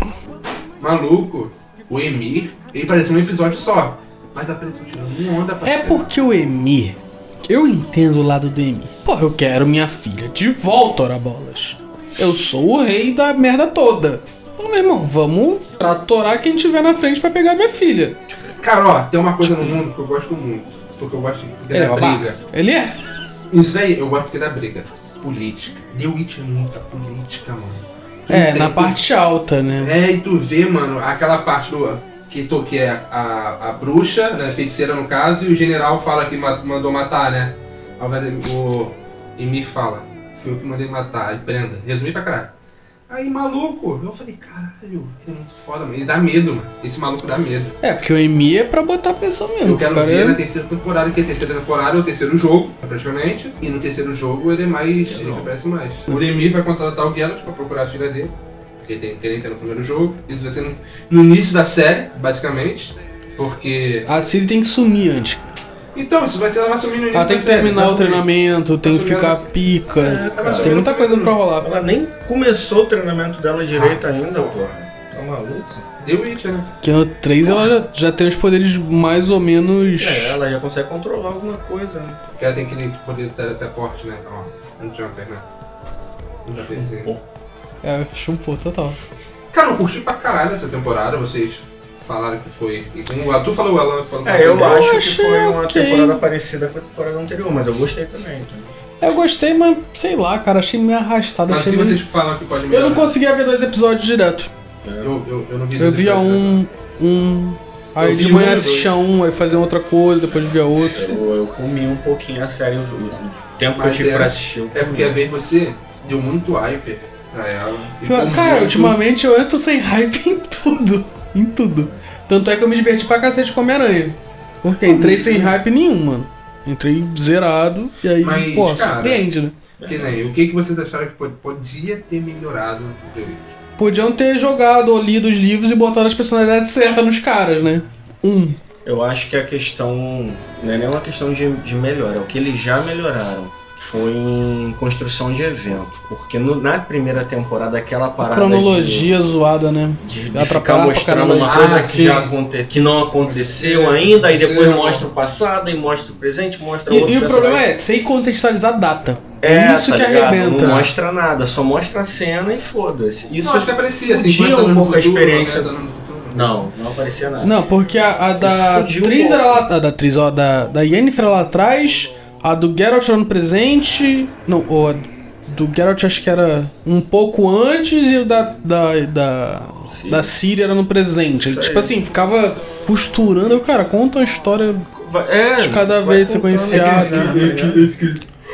Speaker 1: Maluco, o Emir, ele apareceu um episódio só. Mas apareceu tirando uma onda pra
Speaker 3: É porque o Emir. Eu entendo o lado do Emir. Porra, eu quero minha filha de volta, ora bolas. Eu sou o rei da merda toda. Então, meu irmão, vamos tratorar quem tiver na frente pra pegar minha filha.
Speaker 1: Cara, ó, tem uma coisa no mundo que eu gosto muito. Porque eu gosto de
Speaker 3: Ele é
Speaker 1: da
Speaker 3: babaca?
Speaker 1: briga.
Speaker 3: Ele é.
Speaker 1: Isso daí, eu gosto porque da briga. Política. The Witch é muita política, mano. Tu
Speaker 3: É,
Speaker 1: tem-
Speaker 3: na
Speaker 1: tu-
Speaker 3: parte alta, né?
Speaker 1: É, e tu vê, mano, aquela parte do. Que, tu, que é a, a bruxa, né? Feiticeira no caso, e o general fala que ma- mandou matar, né? Ao invés de- o Emir fala, foi eu que mandei matar, e prenda. Resumir pra caralho. Aí, maluco, eu falei, caralho, ele é muito foda, mano. Ele dá medo, mano. Esse maluco dá medo.
Speaker 3: É, porque o Emir é pra botar pressão mesmo.
Speaker 1: Eu quero
Speaker 3: cara.
Speaker 1: ver né? na terceira temporada, que a terceira temporada é o terceiro jogo, praticamente. E no terceiro jogo ele é mais.
Speaker 2: Eu
Speaker 1: ele
Speaker 2: não.
Speaker 1: aparece mais. O Lemir vai contratar o Geralt pra procurar a filha dele. Porque tem, que nem tá no primeiro jogo. Isso vai ser no, no início da série, basicamente. Porque.
Speaker 3: é- A Siri tem que sumir antes.
Speaker 1: Então, isso vai ser ela vai assumir no início
Speaker 3: Ela tem
Speaker 1: da
Speaker 3: que
Speaker 1: série, né?
Speaker 3: terminar
Speaker 1: vai
Speaker 3: o
Speaker 1: assumir.
Speaker 3: treinamento, tem que
Speaker 1: Tá subindo
Speaker 3: ficar
Speaker 1: assim.
Speaker 3: pica.
Speaker 2: É, cara.
Speaker 3: Tem muita coisa pra rolar.
Speaker 2: Ela nem começou o treinamento dela direito ainda, pô. Tá maluco?
Speaker 1: The Witcher, né?
Speaker 3: Porque no 3 ela já, já tem os poderes mais ou menos.
Speaker 2: É, ela já consegue controlar alguma coisa, né?
Speaker 1: Porque ela tem aquele poder de teleporte, né? Ó, um jumper, né? Um jumperzinho.
Speaker 3: É, chumpou total.
Speaker 1: Cara, eu curti pra caralho essa temporada, vocês falaram que foi. E como o Arthur falou, ela falou
Speaker 2: É, eu
Speaker 1: falou-
Speaker 2: acho que
Speaker 3: achei
Speaker 2: foi uma
Speaker 3: ok.
Speaker 2: temporada parecida com a temporada anterior, mas eu gostei também. então. entendeu?
Speaker 3: Eu gostei, mas sei lá, cara, achei meio arrastado.
Speaker 1: Mas o
Speaker 3: Achei
Speaker 1: que
Speaker 3: meio...
Speaker 1: vocês falam que pode melhorar?
Speaker 3: Eu não conseguia ver dois episódios direto.
Speaker 1: Eu, eu, eu não vi
Speaker 3: Eu
Speaker 1: dois
Speaker 3: via
Speaker 1: episódios, né?
Speaker 3: um. um. Aí
Speaker 1: Eu vi
Speaker 3: de
Speaker 1: um
Speaker 3: manhã
Speaker 1: e dois.
Speaker 3: assistia um, aí fazia outra coisa, depois via outro.
Speaker 2: Eu, eu comi um pouquinho a série, o, o- o tempo que eu
Speaker 1: Mas
Speaker 2: tive
Speaker 1: é-
Speaker 2: pra assistir. eu
Speaker 1: É porque a
Speaker 2: comi.
Speaker 1: vez você deu muito hype pra ela. e ficou
Speaker 3: Tipo, Cara,
Speaker 1: muito-
Speaker 3: ultimamente eu entro sem hype em tudo. Em tudo. Tanto é que eu me diverti pra cacete com Homem-Aranha. Porque entrei sem hype nenhum, mano. Entrei zerado e aí,
Speaker 1: Mas,
Speaker 3: pô,
Speaker 1: cara,
Speaker 3: surpreende, né?
Speaker 1: é Que nem, o que, que vocês acharam que pod- podia ter melhorado no The Witch?
Speaker 3: Podiam ter jogado ou lido os livros e botado as personalidades certas nos caras, né? Um.
Speaker 2: Eu acho que a questão. Não é nem uma questão de, de melhora, o que eles já melhoraram foi em construção de evento. Porque no- na primeira temporada, aquela parada. de-
Speaker 3: cronologia zoada, né?
Speaker 2: De, de
Speaker 3: Atrapalhar
Speaker 2: ficar
Speaker 3: pra
Speaker 2: mostrando
Speaker 3: caramba.
Speaker 2: uma coisa
Speaker 1: Ah,
Speaker 2: que,
Speaker 1: sim.
Speaker 2: já aconte... que não aconteceu ainda, e depois mostra o passado, e mostra o presente, mostra
Speaker 3: E,
Speaker 2: outro
Speaker 3: e o problema
Speaker 2: personagem.
Speaker 3: é, sem contextualizar a data.
Speaker 2: É,
Speaker 3: isso
Speaker 2: tá
Speaker 3: que
Speaker 2: ligado?
Speaker 3: arrebenta.
Speaker 2: Não mostra nada, só mostra a cena e foda-se. Isso
Speaker 1: Não, acho que aparecia,
Speaker 2: fudia
Speaker 1: 50 anos
Speaker 2: um
Speaker 1: no
Speaker 2: pouco a
Speaker 1: futuro, né,
Speaker 2: experiência.
Speaker 1: 90 anos no futuro.
Speaker 2: Não, não aparecia nada.
Speaker 3: Não, porque a, a da
Speaker 2: Isso fudiu
Speaker 3: atriz
Speaker 2: um
Speaker 3: era
Speaker 2: pouco.
Speaker 3: lá. A da atriz, ó, da, da Yennefer lá atrás, a do Geralt era no presente. Não, ou a do Geralt acho que era um pouco antes e o da. da. da,
Speaker 2: Sim.
Speaker 3: da Ciri era no presente.
Speaker 2: Isso
Speaker 3: tipo
Speaker 2: aí.
Speaker 3: assim, ficava costurando, eu, cara, conta uma história.
Speaker 2: Vai- É,
Speaker 3: De cada
Speaker 2: vai
Speaker 3: vez
Speaker 2: contando,
Speaker 1: É
Speaker 3: sequenciado.
Speaker 2: né, tá ligado?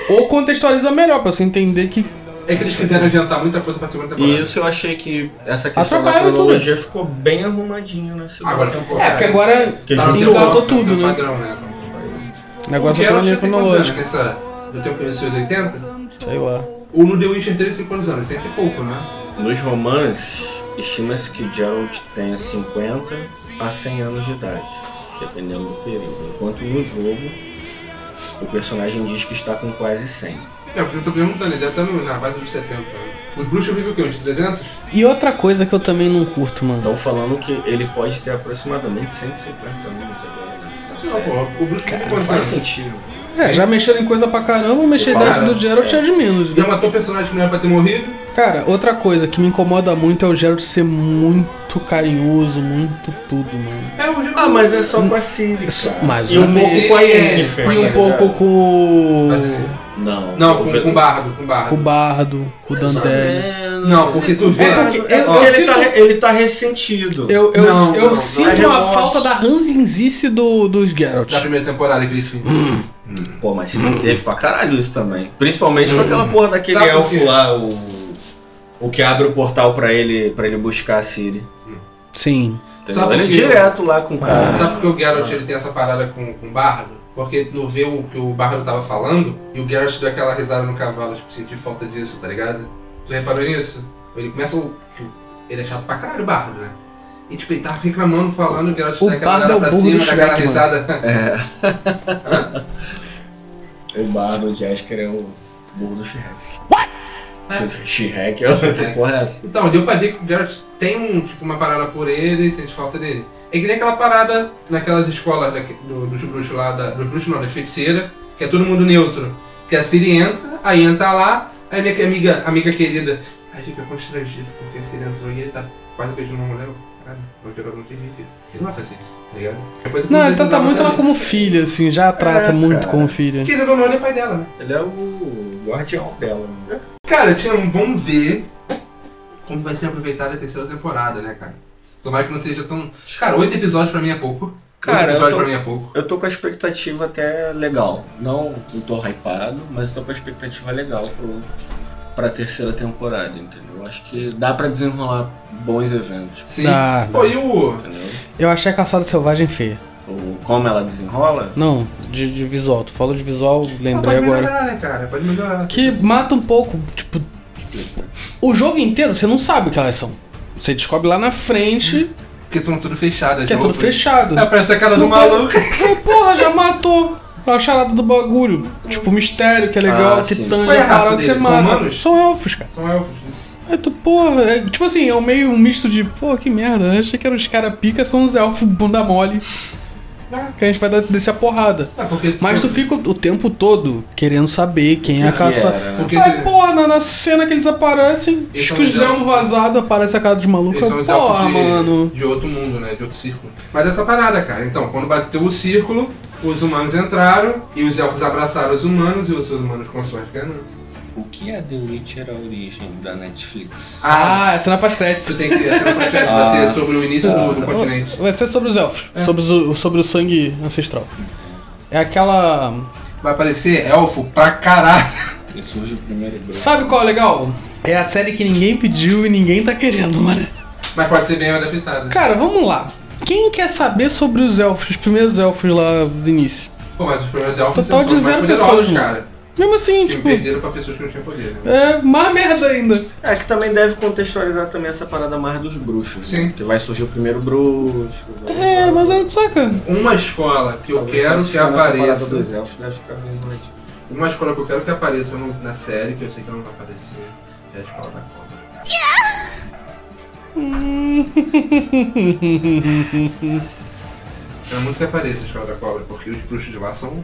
Speaker 3: Ou contextualiza melhor, pra você entender que.
Speaker 1: É que eles quiseram adiantar muita coisa pra segunda temporada.
Speaker 2: E isso eu achei que essa questão da
Speaker 3: Atrapalha tudo.
Speaker 2: cronologia ficou bem arrumadinha na segunda
Speaker 1: Agora ficou. tá
Speaker 2: temporada.
Speaker 3: É, porque agora
Speaker 2: Que juntou-
Speaker 3: engatou tudo, né?
Speaker 1: Padrão, né?
Speaker 3: Agora
Speaker 1: o
Speaker 3: só
Speaker 2: é
Speaker 3: tá
Speaker 1: Geralt
Speaker 3: linha
Speaker 1: já tem quantos anos
Speaker 2: né?
Speaker 3: cronológica.
Speaker 1: nessa... Eu tenho que ver seus 80?
Speaker 3: Sei lá.
Speaker 1: Ou Um no The Witcher 3 tem quantos anos? 100 e pouco, né?
Speaker 2: Nos romances, estima-se que Geralt tenha 50 a 100 anos de idade. dependendo do período. Enquanto no jogo, o personagem diz que está com quase 100.
Speaker 1: É, eu tô perguntando, ele deve estar no- na base dos 70. né? Os bruxos vivem o quê? Uns 300?
Speaker 3: E outra coisa que eu também não curto, mano.
Speaker 2: Estão falando que ele pode ter aproximadamente 150 anos agora, né? Na
Speaker 1: Não,
Speaker 2: série.
Speaker 1: pô, o bruxo vive
Speaker 2: Não
Speaker 1: quantos
Speaker 2: faz
Speaker 1: anos?
Speaker 2: sentido.
Speaker 3: É, já mexeram em coisa pra caramba, mexer
Speaker 2: Fala.
Speaker 3: dentro do Geralt é de menos. né?
Speaker 1: Já matou personagem que não era pra ter morrido?
Speaker 3: Cara, outra coisa que me incomoda muito é o Geralt ser muito carinhoso, muito tudo, mano.
Speaker 1: É, o jogo.
Speaker 2: Ah, mas é só com a Siri, cara.
Speaker 3: Mas
Speaker 2: e um
Speaker 3: também-
Speaker 2: pouco com a tá Yennefer.
Speaker 1: É,
Speaker 3: E um
Speaker 1: é
Speaker 3: pouco com
Speaker 1: Mas
Speaker 3: o-
Speaker 1: ele-
Speaker 2: pouco... Não.
Speaker 1: Não,
Speaker 2: o Tá
Speaker 1: com,
Speaker 2: ve-
Speaker 1: com bardo, com
Speaker 3: com o
Speaker 1: bardo.
Speaker 3: Bardo, com o
Speaker 2: Mais ou
Speaker 3: Dandelion.
Speaker 2: menos.
Speaker 1: Não, porque tu vê.
Speaker 2: É porque, é
Speaker 3: Eu-
Speaker 2: porque
Speaker 3: eu
Speaker 2: ele,
Speaker 3: sinto-
Speaker 2: tá, re- ele tá ressentido.
Speaker 3: Eu, eu,
Speaker 1: Não,
Speaker 3: eu
Speaker 1: não,
Speaker 3: sinto
Speaker 2: não.
Speaker 3: a falta da ranzinzice do, dos Geralt.
Speaker 1: Da primeira temporada, Griffin.
Speaker 2: Pô, mas teve pra caralho isso também. Principalmente com aquela porra daquele
Speaker 1: Sabe por quê?
Speaker 2: elfo lá, Hum. o. é? O que abre o portal pra ele para ele buscar a Siri.
Speaker 3: Sim.
Speaker 2: Entendeu?
Speaker 1: Sabe
Speaker 2: Tá ele
Speaker 1: por quê?
Speaker 2: direto lá com o cara.
Speaker 1: Sabe por que o Geralt ele tem essa parada com, com o Bardo? Porque não vê o que o Bardo tava falando e o Geralt deu aquela risada no cavalo, tipo, sentir falta disso, tá ligado? Tu reparou nisso? Ele começa. o- que Ele é chato pra caralho, o Bardo, né? E tipo, ele tava reclamando, falando, o Geralt
Speaker 3: O
Speaker 1: dá aquela
Speaker 3: Bardo
Speaker 1: olhada
Speaker 3: é o
Speaker 1: pra cima,
Speaker 3: burro do
Speaker 1: dá aquela
Speaker 3: Shrek,
Speaker 1: risada.
Speaker 2: É.
Speaker 1: Hã?
Speaker 2: O bardo de Jasker é o burro do Shrek. What? Shrek <laughs> é o que porra é essa?
Speaker 1: Então, deu pra ver que o Geralt tem um, tipo, uma parada por ele e sente falta dele. É que nem aquela parada naquelas escolas daqui- do- dos bruxos lá, da, dos bruxos não, das feiticeiras, que é todo mundo neutro. Que a Siri entra, aí entra lá, aí minha que- amiga, amiga querida, aí fica constrangido porque a Siri entrou e ele tá quase beijando uma mulher. eu, Caralho, vai pegar algum filho, filho. Ele não vai fazer isso, tá ligado? É coisa que
Speaker 3: Não, ele trata
Speaker 1: precisava
Speaker 3: muito ela
Speaker 1: fazer
Speaker 3: como
Speaker 1: isso.
Speaker 3: filha, assim, já trata
Speaker 2: É,
Speaker 3: muito
Speaker 2: cara.
Speaker 3: como filha.
Speaker 1: Querendo ou não, ele é pai dela, né?
Speaker 2: Ele é o guardião dela. né?
Speaker 1: Cara, Tião, vamos ver como vai ser aproveitada a terceira temporada, né, cara? Tomara que não seja tão. Cara, oito episódios pra mim é pouco.
Speaker 2: Cara,
Speaker 1: oito
Speaker 2: eu
Speaker 1: episódios
Speaker 2: tô-
Speaker 1: pra mim é pouco.
Speaker 2: Eu tô com a expectativa até legal. Não, não tô hypado, mas eu tô com a expectativa legal pro, pra terceira temporada, entendeu? Acho que dá pra desenrolar bons eventos,
Speaker 1: Sim.
Speaker 3: Dá.
Speaker 1: Pô, e o.
Speaker 2: entendeu?
Speaker 3: Eu achei a caçada selvagem feia.
Speaker 2: O, como ela desenrola,
Speaker 3: Não, de, de visual. Tu falou de visual,
Speaker 1: Ah,
Speaker 3: lembrei
Speaker 1: pode
Speaker 3: agora.
Speaker 1: melhorar, né, cara? Pode melhorar.
Speaker 3: Que mata um pouco, tipo,
Speaker 2: explica.
Speaker 3: o jogo inteiro você não sabe o que elas são. Você descobre lá na frente
Speaker 1: Porque são tudo fechadas,
Speaker 3: que é
Speaker 1: de
Speaker 3: tudo
Speaker 1: roupa.
Speaker 3: fechado.
Speaker 1: Hum, É, parece a cara do
Speaker 3: Não pode-
Speaker 1: maluco.
Speaker 3: Então, porra, já matou. A charada do bagulho. Tipo, mistério, que é legal,
Speaker 2: Ah,
Speaker 3: que
Speaker 2: sim.
Speaker 3: tange
Speaker 1: Qual é
Speaker 3: a
Speaker 1: a raça
Speaker 3: parada que você
Speaker 1: deles? São
Speaker 3: mata.
Speaker 1: humanos?
Speaker 3: São elfos, cara.
Speaker 1: São elfos, isso.
Speaker 3: Aí tu, porra, é, tipo assim, é um meio um misto de, pô, que merda. Eu achei que eram os caras pica, são uns elfos bunda mole. Que a gente vai dar- descer a porrada.
Speaker 1: É, porque se
Speaker 3: Mas tu fica o tempo todo querendo saber quem é a caça.
Speaker 2: era, né?
Speaker 1: Porque
Speaker 3: Aí,
Speaker 1: se...
Speaker 3: porra, na, na cena que eles aparecem,
Speaker 1: Eles
Speaker 3: os
Speaker 1: são
Speaker 3: que
Speaker 1: os elfos.
Speaker 3: dão vazado, aparece a cara dos malucos.
Speaker 1: Eles são os
Speaker 3: Porra,
Speaker 1: elfos de,
Speaker 3: mano.
Speaker 1: de outro mundo, né? De outro círculo. Mas essa parada, cara. Então, quando bateu o círculo, os humanos entraram e os elfos abraçaram os humanos e os humanos com suas ganâncias.
Speaker 2: O que é The Witcher a origem da Netflix?
Speaker 3: Ah, essa não é pra crédito.
Speaker 1: Você tem que ser um projeto vai ser
Speaker 2: Ah.
Speaker 1: sobre o início do, do continente.
Speaker 3: Vai ser sobre os elfos, É. sobre, os- sobre o sangue ancestral. É aquela.
Speaker 1: Vai aparecer elfo pra caralho.
Speaker 2: E surge o primeiro grupo.
Speaker 3: Sabe qual é legal? É a série que ninguém pediu e ninguém tá querendo, mano.
Speaker 1: Mas pode ser bem adaptado.
Speaker 3: Cara, vamos lá. Quem quer saber sobre os elfos, os primeiros elfos lá do início?
Speaker 1: Pô, mas os primeiros elfos
Speaker 3: Total
Speaker 1: são os
Speaker 3: de
Speaker 1: mais
Speaker 3: zero
Speaker 1: poderosos,
Speaker 3: pessoas,
Speaker 1: cara.
Speaker 3: Mesmo assim,
Speaker 1: Que
Speaker 3: <laughs> tipo.
Speaker 1: perderam pra pessoas que não tinham poder, né?
Speaker 3: É mais merda ainda.
Speaker 2: É que também deve contextualizar também essa parada mais dos bruxos. né?
Speaker 1: Sim.
Speaker 2: Que vai surgir o primeiro bruxo.
Speaker 3: É, mas é saca.
Speaker 1: Uma escola que eu
Speaker 2: Talvez
Speaker 1: quero
Speaker 2: essa-
Speaker 1: que
Speaker 2: essa parada
Speaker 1: apareça.
Speaker 2: Dos elfos deve ficar meio doidinha.
Speaker 1: Uma escola que eu quero que apareça no- na série, que eu sei que ela não vai aparecer, é a escola da cobra. Quero muito que apareça a escola da cobra, porque os bruxos de lá são,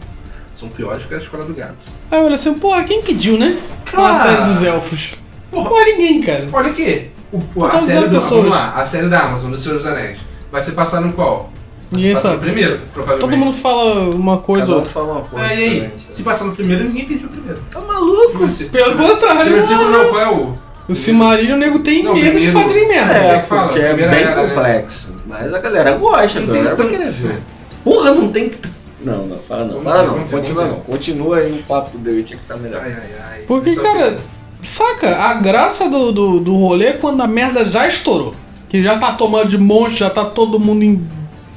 Speaker 1: são piores que a escola do gato.
Speaker 3: Aí olha assim, porra, quem pediu, né? Uma
Speaker 1: Cara.
Speaker 3: série dos elfos.
Speaker 1: Porra.
Speaker 3: Porra, ninguém, cara.
Speaker 1: Olha aqui, o- pô, a
Speaker 3: Todas
Speaker 1: série
Speaker 3: as
Speaker 1: do,
Speaker 3: pessoas.
Speaker 1: vamos lá, a série da Amazon, do Senhor dos Anéis, vai ser passada no qual? Vai
Speaker 3: Ninguém
Speaker 1: ser passada
Speaker 3: sabe.
Speaker 1: no primeiro, provavelmente.
Speaker 3: Todo mundo fala uma coisa
Speaker 2: Cada
Speaker 3: ou
Speaker 2: um
Speaker 3: outra.
Speaker 2: fala uma coisa.
Speaker 1: É, e aí?
Speaker 2: diferente. né?
Speaker 1: Se passar no primeiro, ninguém pediu o primeiro. Tá maluco?
Speaker 3: Pelo contrário,
Speaker 1: Primeiro ciclo não, qual é o?
Speaker 3: O Silmarillion, o nego tem
Speaker 1: Não,
Speaker 3: medo de
Speaker 1: primeiro-
Speaker 3: fazerem merda.
Speaker 1: Como
Speaker 2: É,
Speaker 1: é que fala?
Speaker 2: porque é
Speaker 1: Primeira
Speaker 2: bem
Speaker 1: era, né?
Speaker 2: complexo. Mas a galera gosta, a
Speaker 1: Não tem
Speaker 2: galera vai
Speaker 1: tanto,
Speaker 2: querer ver.
Speaker 1: né?
Speaker 2: Porra, não tem... t- Não, não, fala não,
Speaker 1: Vamos
Speaker 2: fala
Speaker 1: ver,
Speaker 2: não.
Speaker 1: vamos ver,
Speaker 2: Continua
Speaker 1: vamos
Speaker 2: não. Continua aí o papo do The Witcher que tá melhor.
Speaker 1: Ai, ai, ai.
Speaker 3: Porque,
Speaker 1: Só
Speaker 3: cara, saca, a graça do, do, do rolê é quando a merda já estourou. Que já tá tomando de monte, já tá todo mundo em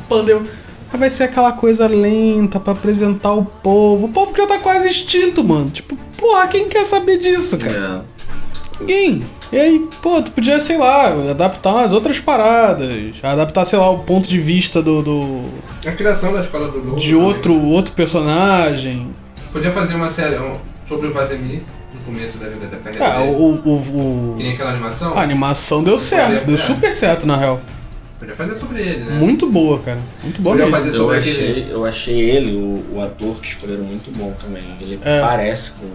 Speaker 3: pandeu. Aí vai ser aquela coisa lenta pra apresentar o povo. O povo que já tá quase extinto, mano. Tipo, porra, quem quer saber disso, cara?
Speaker 2: É.
Speaker 3: Ninguém. E aí, pô, tu podia, sei lá, adaptar umas outras paradas. Adaptar, sei lá, o ponto de vista do. do-
Speaker 1: É A criação da escola do Novo.
Speaker 3: de
Speaker 1: também.
Speaker 3: outro, outro personagem.
Speaker 1: Podia fazer uma série um, sobre o Vladimir no começo da vida da carreira
Speaker 3: Cara,
Speaker 1: dele.
Speaker 3: É, o. Ah, o- Ah, o-
Speaker 1: Que nem aquela animação.
Speaker 3: a animação deu certo, deu super certo na real.
Speaker 1: Podia fazer sobre ele, né?
Speaker 3: Muito boa, cara. Muito boa
Speaker 1: Podia
Speaker 3: mesmo.
Speaker 1: fazer
Speaker 2: Eu
Speaker 1: sobre aquele.
Speaker 2: achei, eu achei ele, o, o ator que escolheram, muito bom também. Ele
Speaker 3: É.
Speaker 2: parece com.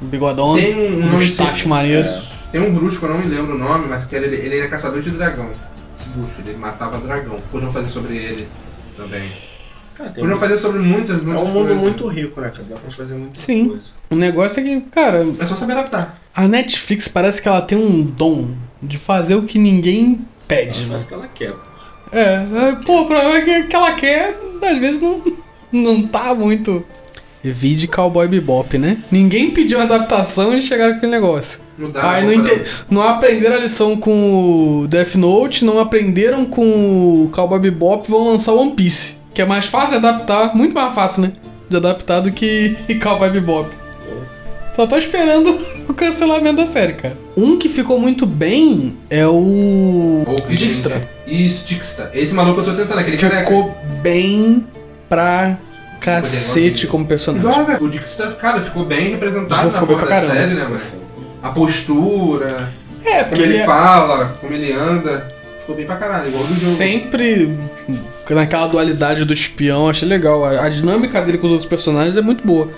Speaker 3: Bigodão,
Speaker 1: Tem um
Speaker 3: um
Speaker 1: nome
Speaker 3: destaque
Speaker 1: sim.
Speaker 3: maneiro.
Speaker 1: Tem um bruxo que eu não me lembro o nome, mas que ele, ele era caçador de dragão. Esse bruxo, ele matava dragão. Podiam fazer sobre ele também.
Speaker 2: Cara, tem-
Speaker 1: Podiam fazer sobre muitas,
Speaker 2: é
Speaker 1: muitas
Speaker 2: um mundo
Speaker 1: coisas.
Speaker 2: muito rico, né, cara? Dá pra fazer muita
Speaker 3: Sim.
Speaker 2: coisa.
Speaker 3: O negócio é que, cara,
Speaker 1: É só saber adaptar.
Speaker 3: a Netflix parece que ela tem um dom de fazer o que ninguém pede,
Speaker 2: Ela
Speaker 3: né?
Speaker 2: faz o que ela quer.
Speaker 3: É, é, pô, o problema é que o que ela quer, às vezes, não, não tá muito. Vide Cowboy Bebop, né? Ninguém pediu adaptação e chegaram com aquele negócio.
Speaker 1: Mudar.
Speaker 3: ah, e não, ente- não aprenderam a lição com o Death Note, não aprenderam com o Cowboy Bebop, vão lançar One Piece. Que é mais fácil de adaptar, muito mais fácil, né? De adaptar do que <laughs> Cowboy Bebop. Só tô esperando <laughs> o cancelamento da série, cara. Um que ficou muito bem é o. Dijkstra.
Speaker 1: Isso, Dijkstra. Esse maluco eu tô tentando, aquele careca.
Speaker 3: Ficou bem pra cacete como personagem.
Speaker 1: Igual, velho. O Dijkstra, cara, ficou bem representado
Speaker 3: Dijkstra
Speaker 1: na
Speaker 3: ficou bem
Speaker 1: porra da
Speaker 3: pra caramba.
Speaker 1: série, né, mano?
Speaker 2: Assim.
Speaker 1: A postura,
Speaker 3: É,
Speaker 1: como
Speaker 3: porque
Speaker 1: ele,
Speaker 3: ele é
Speaker 1: fala, como ele anda. Ficou bem pra caralho, igual do jogo.
Speaker 3: sempre naquela dualidade do espião, achei legal. A, a dinâmica dele com os outros personagens é muito boa.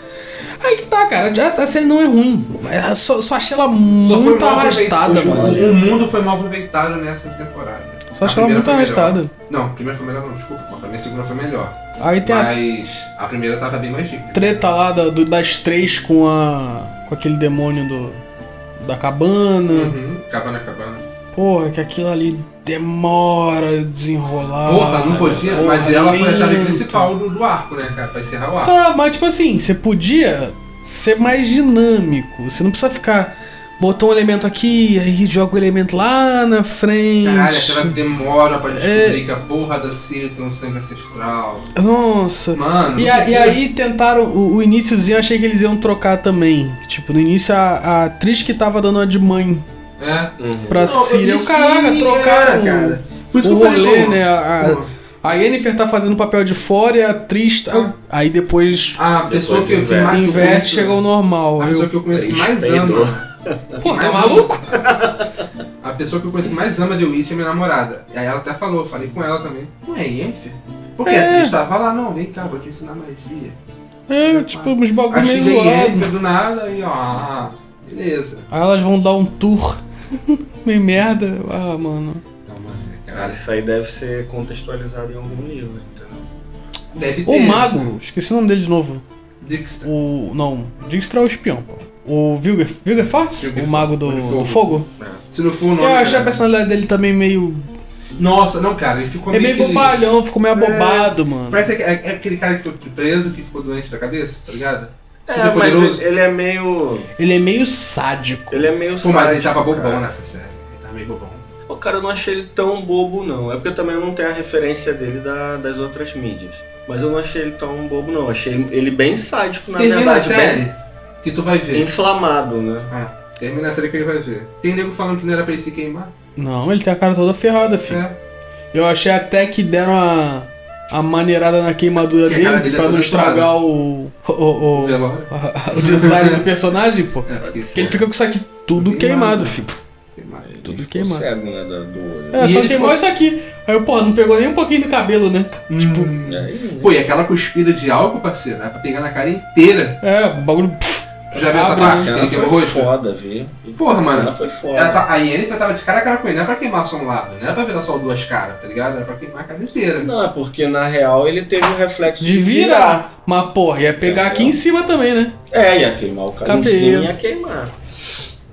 Speaker 3: Aí que tá, cara, já- essa série não é ruim. Ela Só, só achei ela
Speaker 1: Só foi
Speaker 3: muito
Speaker 1: mal
Speaker 3: arrastada,
Speaker 1: aproveitado.
Speaker 3: mano.
Speaker 1: O mundo foi mal aproveitado nessa temporada.
Speaker 3: Só
Speaker 1: A
Speaker 3: achei ela
Speaker 1: primeira
Speaker 3: muito
Speaker 1: foi melhor.
Speaker 3: arrastada.
Speaker 1: Não, a primeira foi melhor não, desculpa. Pra mim a segunda foi melhor.
Speaker 3: Aí tem É a
Speaker 1: Mas a primeira tava bem mais rica.
Speaker 3: treta lá da- do- das três com a. com aquele demônio do. da cabana.
Speaker 1: Uhum, cabana, cabana.
Speaker 3: Porra, que aquilo ali demora a desenrolar.
Speaker 1: Porra, não podia,
Speaker 3: Ah, Porra,
Speaker 1: mas ela foi a chave
Speaker 3: lento.
Speaker 1: principal do, do arco, né, cara? Pra encerrar o arco.
Speaker 3: Tá, mas tipo assim, você podia ser mais dinâmico. Você não precisa ficar. Botou um elemento aqui, aí joga o elemento lá na frente.
Speaker 1: Caralho, aquela demora pra descobrir
Speaker 3: É.
Speaker 1: que a porra da Siri tem um sangue ancestral.
Speaker 3: Nossa.
Speaker 1: Mano,
Speaker 3: E,
Speaker 1: não
Speaker 3: a- e
Speaker 1: precisa-
Speaker 3: aí tentaram, o, o iníciozinho eu achei que eles iam trocar também. Tipo, no início a, a atriz que tava dando a de mãe
Speaker 1: É.
Speaker 2: Uhum.
Speaker 3: pra
Speaker 1: Não,
Speaker 3: Cília.
Speaker 1: isso
Speaker 3: Eu, caraca,
Speaker 1: que
Speaker 3: trocaram
Speaker 1: era, cara. Foi isso
Speaker 3: o
Speaker 1: que eu falei,
Speaker 3: rolê,
Speaker 1: pô.
Speaker 3: né? A, a-
Speaker 1: Pô,
Speaker 3: A Yennefer tá fazendo o papel de fora e a atriz tá. Aí depois
Speaker 1: A pessoa que eu que
Speaker 2: Depois
Speaker 1: mais
Speaker 3: inverte
Speaker 1: conheço-
Speaker 3: chega ao normal.
Speaker 1: A
Speaker 3: Eu,
Speaker 1: pessoa que eu conheço que mais ama.
Speaker 2: Respeito.
Speaker 3: Pô, tá
Speaker 1: mais-
Speaker 3: maluco?
Speaker 1: A pessoa que eu conheço que mais ama The Witch é minha namorada. E aí ela até falou, falei com ela também. Não é Yennefer? Porque
Speaker 3: É.
Speaker 1: a atriz tava lá, não, vem cá, vou te ensinar magia.
Speaker 3: É, tipo, uns bagulho
Speaker 1: Achei
Speaker 3: meio
Speaker 1: que
Speaker 3: zoado.
Speaker 1: Yennefer do nada e ó, ah, beleza.
Speaker 3: Aí elas vão dar
Speaker 1: <laughs>
Speaker 3: um tour. meio merda. Ah, mano.
Speaker 1: Calma,
Speaker 2: Cara,
Speaker 1: Então, é, caralho.
Speaker 2: isso aí deve ser contextualizado em algum então. livro, entendeu?
Speaker 1: Deve ter. né?
Speaker 3: O Mago, esqueci o nome dele de novo.
Speaker 1: Dixter.
Speaker 3: O. Não, Dijkstra é o espião, pô. O Vilger, Vilgerfart? O mago do, do fogo.
Speaker 1: É. Se não for o nome.
Speaker 3: Eu achei a
Speaker 1: cara.
Speaker 3: personalidade dele também meio.
Speaker 1: Nossa, não, cara, ele ficou
Speaker 3: É meio
Speaker 1: aquele-
Speaker 3: bobalhão, ficou meio
Speaker 1: É.
Speaker 3: abobado, mano.
Speaker 1: Parece que é, é aquele cara que foi preso, que ficou doente da cabeça, tá ligado?
Speaker 2: É, mas ele é meio.
Speaker 3: Ele é meio sádico.
Speaker 2: Ele é meio
Speaker 1: Pô, mas ele
Speaker 2: sádico,
Speaker 1: tava bobão
Speaker 2: cara.
Speaker 1: nessa série. Ele tava meio bobão.
Speaker 2: Pô, cara, eu não achei ele tão bobo, não. É porque eu também não tenho a referência dele da- das outras mídias. Mas eu não achei ele tão bobo, não. Achei ele bem sádico, na
Speaker 1: Termina a
Speaker 2: verdade.
Speaker 1: série que tu vai
Speaker 2: Bem
Speaker 1: ver.
Speaker 2: inflamado, né?
Speaker 1: Ah, termina a série que ele vai ver. Tem nego falando que não era pra ele se queimar.
Speaker 3: Não, ele tem a cara toda ferrada, filho.
Speaker 1: É.
Speaker 3: Eu achei até que deram a, a maneirada na queimadura
Speaker 1: Que a
Speaker 3: dele,
Speaker 1: cara dele é
Speaker 3: pra não
Speaker 1: toda
Speaker 3: estragar o. o, o,
Speaker 1: O
Speaker 3: o,
Speaker 1: velório.
Speaker 3: <laughs> o design
Speaker 1: <laughs>
Speaker 3: do personagem, pô.
Speaker 1: É, porque
Speaker 3: Porque ele fica com isso aqui tudo
Speaker 1: Queimado.
Speaker 3: queimado, filho.
Speaker 1: queimado.
Speaker 2: Ele
Speaker 3: Tudo
Speaker 2: ficou
Speaker 3: queimado.
Speaker 2: cego, né, da- do olho.
Speaker 3: É,
Speaker 1: E
Speaker 3: só
Speaker 1: ele
Speaker 3: queimou
Speaker 1: ficou-
Speaker 3: isso aqui. Aí, pô, não pegou nem um pouquinho do cabelo, né? Tipo,
Speaker 2: E aí, né?
Speaker 1: Pô, e aquela cuspida de álcool, parceiro, é pra pegar na cara inteira.
Speaker 3: é, o bagulho. pff,
Speaker 1: Tu já viu essa
Speaker 3: Abre
Speaker 1: parte?
Speaker 2: Essa
Speaker 1: que
Speaker 2: cena
Speaker 1: Ele
Speaker 2: foi
Speaker 1: quebrou o rosto?
Speaker 2: foda, viu?
Speaker 1: Porra, mano.
Speaker 2: Ela foi foda.
Speaker 1: Ela tá, a Yennefer tava de cara a cara com ele, não era pra queimar só um lado, não era pra virar só duas caras, tá ligado? Era pra queimar a cara inteira.
Speaker 2: Não, é porque na real ele teve o reflexo
Speaker 3: de virar. Mas, porra, ia pegar aqui em cima também, né?
Speaker 2: É, ia queimar o cara em
Speaker 3: Cabelo.
Speaker 2: cima e ia queimar.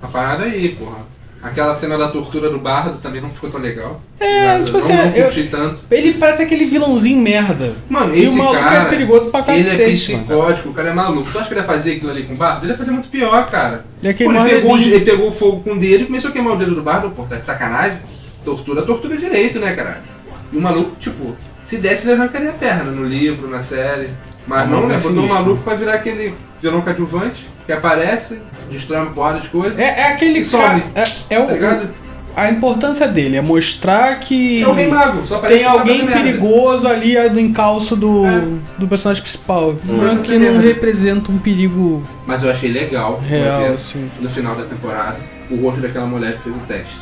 Speaker 1: A Tá parada aí, porra. Aquela cena da tortura do Bardo também não ficou tão legal.
Speaker 3: É,
Speaker 1: Nada,
Speaker 3: tipo assim,
Speaker 1: não, não
Speaker 3: eu-
Speaker 1: curti tanto.
Speaker 3: Ele parece aquele vilãozinho merda.
Speaker 1: Mano,
Speaker 3: E o
Speaker 1: esse
Speaker 3: maluco é
Speaker 1: cara,
Speaker 3: perigoso pra
Speaker 1: ele é
Speaker 3: cacete, mano.
Speaker 1: psicótico, o cara é maluco. Tu acha que ele ia fazer aquilo ali com o Bardo? Ele ia fazer muito pior, cara.
Speaker 3: Ele é
Speaker 1: Pô,
Speaker 3: queimar
Speaker 1: ele, pegou, um o-
Speaker 3: o
Speaker 1: ele pegou o fogo com o dedo e começou a queimar o dedo do Bardo, pô, tá de sacanagem. Tortura, tortura direito, né, cara? E o maluco, tipo, se desse ele arrancaria a perna no livro, na série. Mas
Speaker 3: Ah,
Speaker 1: não,
Speaker 3: mas
Speaker 1: né?
Speaker 3: é
Speaker 1: Botou o
Speaker 3: sinistro.
Speaker 1: maluco pra virar aquele vilão coadjuvante. que aparece, destrói uma porrada de coisas.
Speaker 3: É, é aquele
Speaker 1: E some.
Speaker 3: cara- É, é
Speaker 1: Tá
Speaker 3: o,
Speaker 1: ligado?
Speaker 3: a importância dele é mostrar que
Speaker 1: É o Rei Mago, só aparece
Speaker 3: tem
Speaker 1: pra
Speaker 3: alguém
Speaker 1: fazer é merda.
Speaker 3: perigoso ali é, no encalço do,
Speaker 1: É.
Speaker 3: do personagem principal.
Speaker 1: Hum.
Speaker 3: Não que não representa um perigo
Speaker 1: Mas eu achei legal
Speaker 3: real,
Speaker 1: porque
Speaker 3: assim.
Speaker 1: no final da temporada o rosto daquela mulher que fez o teste.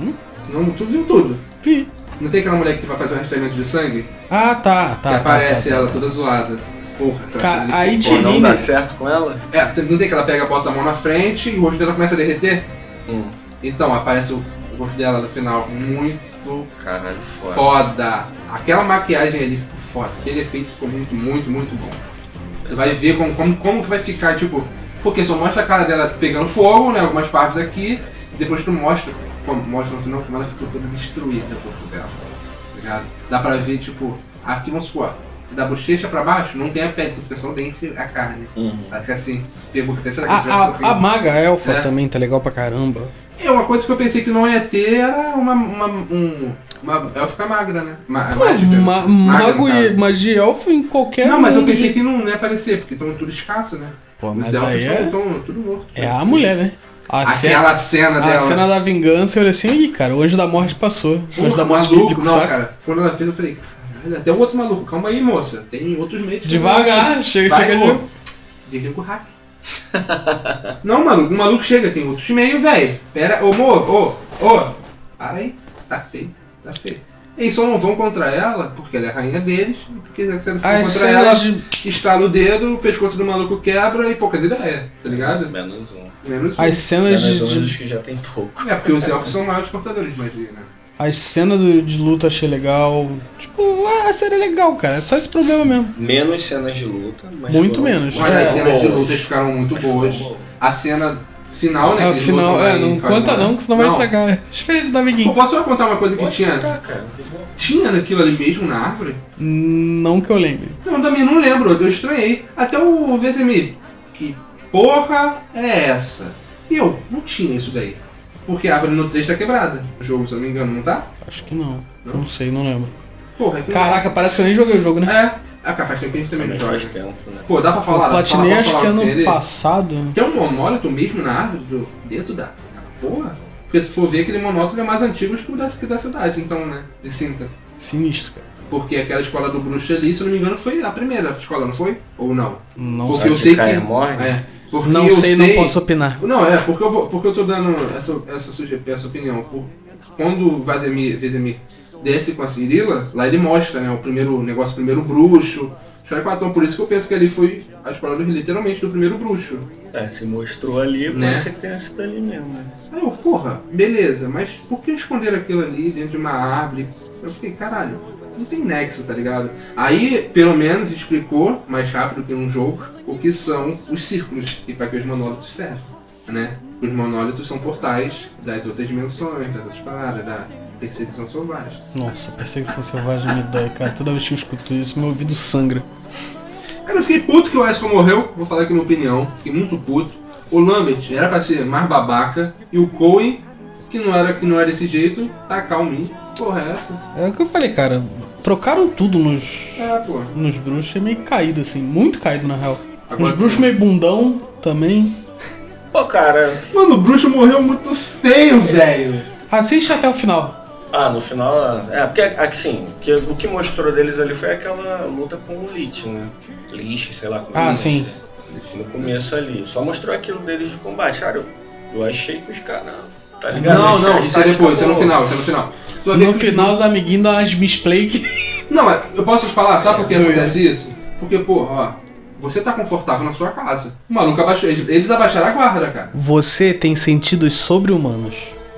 Speaker 3: Hum?
Speaker 1: Não, tu viu tudo.
Speaker 3: Vi.
Speaker 1: Não tem aquela mulher que vai fazer um rastreamento de sangue?
Speaker 3: Ah, tá, tá.
Speaker 1: que
Speaker 3: tá,
Speaker 1: aparece
Speaker 3: tá, tá,
Speaker 1: ela
Speaker 3: tá.
Speaker 1: toda zoada. Porra, aquela
Speaker 3: Ca-
Speaker 1: cena
Speaker 3: aí
Speaker 1: ali
Speaker 3: te-
Speaker 1: ficou
Speaker 2: Pô,
Speaker 1: foda.
Speaker 2: não
Speaker 3: Sim.
Speaker 2: dá certo com ela?
Speaker 1: É, não tem que ela pega, bota a mão na frente e o rosto dela começa a derreter?
Speaker 2: Hum,
Speaker 1: Então, aparece o o rosto dela no final. Muito
Speaker 2: caralho, foda.
Speaker 1: foda. Aquela maquiagem ali ficou foda. Aquele efeito ficou muito, muito, muito bom. Você vai ver como, como, como que vai ficar, tipo, porque só mostra a cara dela pegando fogo, né? Algumas partes aqui, e depois tu mostra, como, mostra no final como ela ficou toda destruída o corpo dela. tá Ligado? Dá pra ver, tipo, aqui vamos supor, da bochecha pra baixo não tem a pele, tu fica só o dente e a carne.
Speaker 2: Uhum.
Speaker 1: Ela fica assim, pegou fica será que
Speaker 3: A,
Speaker 1: ela tivesse
Speaker 3: a, a
Speaker 1: sorrindo?
Speaker 3: maga elfa
Speaker 1: É.
Speaker 3: também tá legal pra caramba.
Speaker 1: É uma coisa que eu pensei que não ia ter era uma. uma, um, uma elfa magra, né? Ma mágica.
Speaker 3: Ma
Speaker 1: Magra, no
Speaker 3: mago é um- e
Speaker 1: caso.
Speaker 3: magia elfa em qualquer.
Speaker 1: Não, mas eu
Speaker 3: mundo
Speaker 1: pensei
Speaker 3: de-
Speaker 1: que não ia aparecer, porque estão tudo escasso, né?
Speaker 3: Pô,
Speaker 1: Os
Speaker 3: mas
Speaker 1: elfos
Speaker 3: aí é,
Speaker 1: estão tudo morto.
Speaker 3: é a mulher, né? A cena,
Speaker 1: Aquela cena
Speaker 3: a
Speaker 1: dela.
Speaker 3: cena da vingança, eu olhei assim, ih, cara, o anjo da morte passou. O anjo
Speaker 1: Porra,
Speaker 3: da morte
Speaker 1: maluco,
Speaker 3: de-
Speaker 1: não,
Speaker 3: saca?
Speaker 1: cara. Quando ela fez, eu falei, caralho, até o outro maluco, calma aí, moça. Tem outros meios de fazer isso.
Speaker 3: Devagar, chega,
Speaker 1: Vai,
Speaker 3: chega de.
Speaker 1: pô. Desliga o
Speaker 3: <laughs>
Speaker 1: hack. não, maluco, o maluco chega, tem outros meios, velho. Pera, ô, mo, ô, ô. Para aí. Tá feio, tá feio. Eles só não vão contra ela, porque ela é a rainha deles, e porque se ela for
Speaker 3: As
Speaker 1: contra ela,
Speaker 3: cenas de
Speaker 1: estala o dedo, o pescoço do maluco quebra e poucas ideias, tá ligado?
Speaker 2: Menos um.
Speaker 1: Menos
Speaker 3: As cenas
Speaker 2: Menos um
Speaker 3: de, de-
Speaker 2: dos que já tem pouco.
Speaker 1: É, porque os elfos são maiores portadores de magia, né?
Speaker 3: as cenas do- de luta achei legal. Tipo, ah, a série é legal, cara. É só esse problema mesmo.
Speaker 2: Menos cenas de luta, mas.
Speaker 3: Muito
Speaker 2: foram-
Speaker 3: menos.
Speaker 1: Mas
Speaker 3: É,
Speaker 1: as cenas de
Speaker 2: boas.
Speaker 1: lutas ficaram muito
Speaker 2: Mas
Speaker 1: boas.
Speaker 2: foram
Speaker 1: A cena final, né?
Speaker 3: Ah,
Speaker 1: que eles
Speaker 3: Afinal,
Speaker 1: lutam
Speaker 3: é,
Speaker 1: lá em
Speaker 3: não conta
Speaker 1: Calimã.
Speaker 3: não, que senão vai estragar. <laughs> Experiência da
Speaker 1: Pô,
Speaker 3: Biguinho.
Speaker 1: posso só contar uma coisa que
Speaker 2: Pode
Speaker 1: tinha?
Speaker 2: contar, cara.
Speaker 1: Tinha naquilo ali mesmo, na árvore?
Speaker 3: Não que eu lembre.
Speaker 1: Não, eu também não lembro, eu estranhei. Até o VZM, que porra é essa? E eu, não tinha isso daí. Porque a árvore no 3 tá quebrada. O jogo, se eu não me engano, não tá?
Speaker 3: Acho que não.
Speaker 1: Não?
Speaker 3: Não sei, não lembro.
Speaker 1: Porra, é que não-
Speaker 3: Caraca, parece que eu nem joguei o jogo, né?
Speaker 1: É, a capaz que a gente também não
Speaker 2: Também
Speaker 1: joga.
Speaker 2: faz tempo, né?
Speaker 1: Pô, dá pra
Speaker 3: Eu
Speaker 1: falar, dá pra falar,
Speaker 3: platinei
Speaker 1: posso
Speaker 3: acho
Speaker 1: falar
Speaker 3: que
Speaker 1: o que
Speaker 3: ano
Speaker 1: tem ali?
Speaker 3: passado. né?
Speaker 1: Tem um monólito mesmo na árvore do, dentro da, da porra? Porque se for ver, aquele monólito é mais antigo que o da, que o da cidade, então, né? De cinta.
Speaker 3: Sinistro, cara.
Speaker 1: Porque aquela escola do bruxo ali, se eu não me engano, foi a primeira escola, não foi? Ou não?
Speaker 3: Não
Speaker 1: Porque
Speaker 3: sei.
Speaker 1: eu sei que-
Speaker 2: Morre,
Speaker 1: É. Porque
Speaker 3: Não
Speaker 1: eu
Speaker 3: sei, não posso opinar.
Speaker 1: Não, é, porque eu, vou, porque eu tô dando essa, essa, suge- essa opinião. Por- quando o Vazemir, Vazemir desce com a Cirila, lá ele mostra, né? O primeiro negócio, o primeiro bruxo. História quatro, então por isso que eu penso que ali foi a escola do- literalmente do primeiro bruxo.
Speaker 2: É, se mostrou ali,
Speaker 1: Né?
Speaker 2: pode ser que tenha sido ali mesmo. né?
Speaker 1: Aí eu, porra, beleza, mas por que esconder aquilo ali dentro de uma árvore? Eu fiquei, caralho, não tem nexo, tá ligado? Aí, pelo menos, explicou, mais rápido que um jogo, o que são os círculos e para que os monólitos servem, né? Os monólitos são portais das outras dimensões, das outras paradas, da perseguição selvagem.
Speaker 3: Nossa, perseguição selvagem me dói, cara. Toda vez que eu escuto isso, meu ouvido sangra.
Speaker 1: Cara, eu fiquei puto que o Esco morreu, vou falar aqui minha opinião, fiquei muito puto. O Lambert era pra ser mais babaca, e o Coen, que não era, que não era desse jeito, tacar o mim. Porra, é essa?
Speaker 3: É o que eu falei, cara. Trocaram tudo nos.
Speaker 1: É, pô.
Speaker 3: Nos bruxos é meio caído, assim. Muito caído, na real. Os
Speaker 1: Agora- um-
Speaker 3: bruxos meio bundão também.
Speaker 2: Pô, cara,
Speaker 1: Mano, o bruxo morreu muito feio, velho.
Speaker 3: Assiste até o final.
Speaker 2: ah, no final. É, porque assim, que, o que mostrou deles ali foi aquela luta com o Lich, né? Lich, sei lá como
Speaker 3: Ah,
Speaker 2: é.
Speaker 3: sim.
Speaker 2: No começo ali. Só mostrou aquilo deles de combate. Cara, eu, eu achei que os caras. Tá ligado?
Speaker 1: Não,
Speaker 2: Achei
Speaker 1: não,
Speaker 2: a
Speaker 1: isso é depois, isso é no
Speaker 2: acabou.
Speaker 1: final, isso é no final. Tu vai ver
Speaker 3: No
Speaker 1: que-
Speaker 3: final, os amiguinhos dão umas misplay que.
Speaker 1: Não, mas eu posso te falar, sabe por que acontece isso? Porque, porra, ó, você tá confortável na sua casa. O maluco abaixou, eles, eles abaixaram a guarda, cara.
Speaker 3: Você tem sentidos sobre-humanos.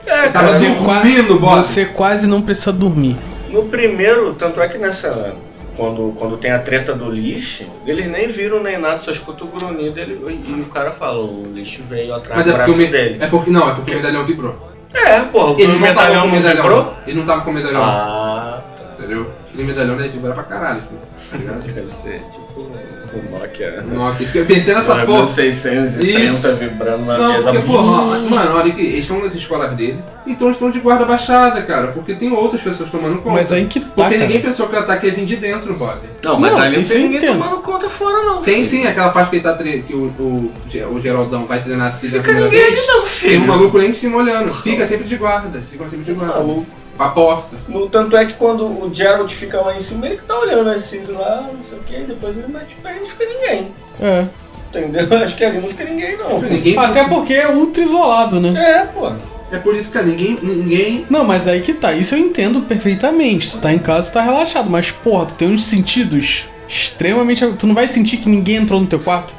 Speaker 2: É,
Speaker 1: Tava
Speaker 2: cara,
Speaker 1: assim,
Speaker 2: no-
Speaker 1: Dormindo, bosta.
Speaker 3: você quase não precisa dormir.
Speaker 2: no primeiro, tanto é que nessa. Quando, quando tem a treta do Lich, eles nem viram nem nada, só escuta o grunhido ele, e, e o cara fala, o Lich veio atrás
Speaker 1: Mas
Speaker 2: do
Speaker 1: é porque, o
Speaker 2: braço
Speaker 1: me...
Speaker 2: dele.
Speaker 1: é porque. Não, é porque o medalhão vibrou.
Speaker 2: É, porra, o
Speaker 1: Ele não tava
Speaker 2: medalhão
Speaker 1: com o
Speaker 2: não vibrou?
Speaker 1: medalhão. Ele não tava com o medalhão.
Speaker 2: Ah, tá.
Speaker 1: Entendeu? Aquele medalhão deve vibrar pra caralho. Tá ligado?
Speaker 2: Deve ser tipo um Nokia.
Speaker 1: Nossa, isso que eu pensei nessa porra.
Speaker 2: 1630
Speaker 1: Isso.
Speaker 2: vibrando na
Speaker 1: Não,
Speaker 2: mesa.
Speaker 1: porque, porra, mano, olha que eles estão nas escolas dele, então eles estão de guarda baixada, cara, porque tem outras pessoas tomando conta.
Speaker 3: Mas aí que tá,
Speaker 1: Porque
Speaker 3: cara.
Speaker 1: ninguém pensou que o ataque ia vir de dentro, Bob.
Speaker 2: Não, mas
Speaker 3: Não,
Speaker 2: ali não
Speaker 3: isso
Speaker 2: tem
Speaker 3: eu
Speaker 2: ninguém
Speaker 3: entendo.
Speaker 2: tomando conta fora, não.
Speaker 1: Tem
Speaker 2: filho.
Speaker 1: sim aquela parte que, ele tá tre- que o, o, Ge- o Geraldão vai treinar a Cida a
Speaker 2: Fica
Speaker 1: primeira
Speaker 2: ninguém ali,
Speaker 1: vez.
Speaker 2: não,
Speaker 1: Tem um
Speaker 2: filho. um
Speaker 1: maluco lá em cima olhando. Fica sempre de guarda. Fica sempre de guarda.
Speaker 2: Maluco.
Speaker 1: Pra porta.
Speaker 2: No, tanto é que quando o Gerald fica lá em cima, ele que tá olhando assim lá, não sei o que, depois ele mete o pé e não fica ninguém.
Speaker 3: É.
Speaker 2: Entendeu? <laughs> Acho que ali não fica ninguém, não.
Speaker 1: Ninguém
Speaker 3: Até porque é ultra isolado, né?
Speaker 2: É, pô.
Speaker 1: É por isso, cara, ninguém. ninguém...
Speaker 3: Não, mas aí que tá. Isso eu entendo perfeitamente. Tu tá em casa, tu tá relaxado. Mas, porra, tu tem uns sentidos extremamente. Tu não vai sentir que ninguém entrou no teu quarto?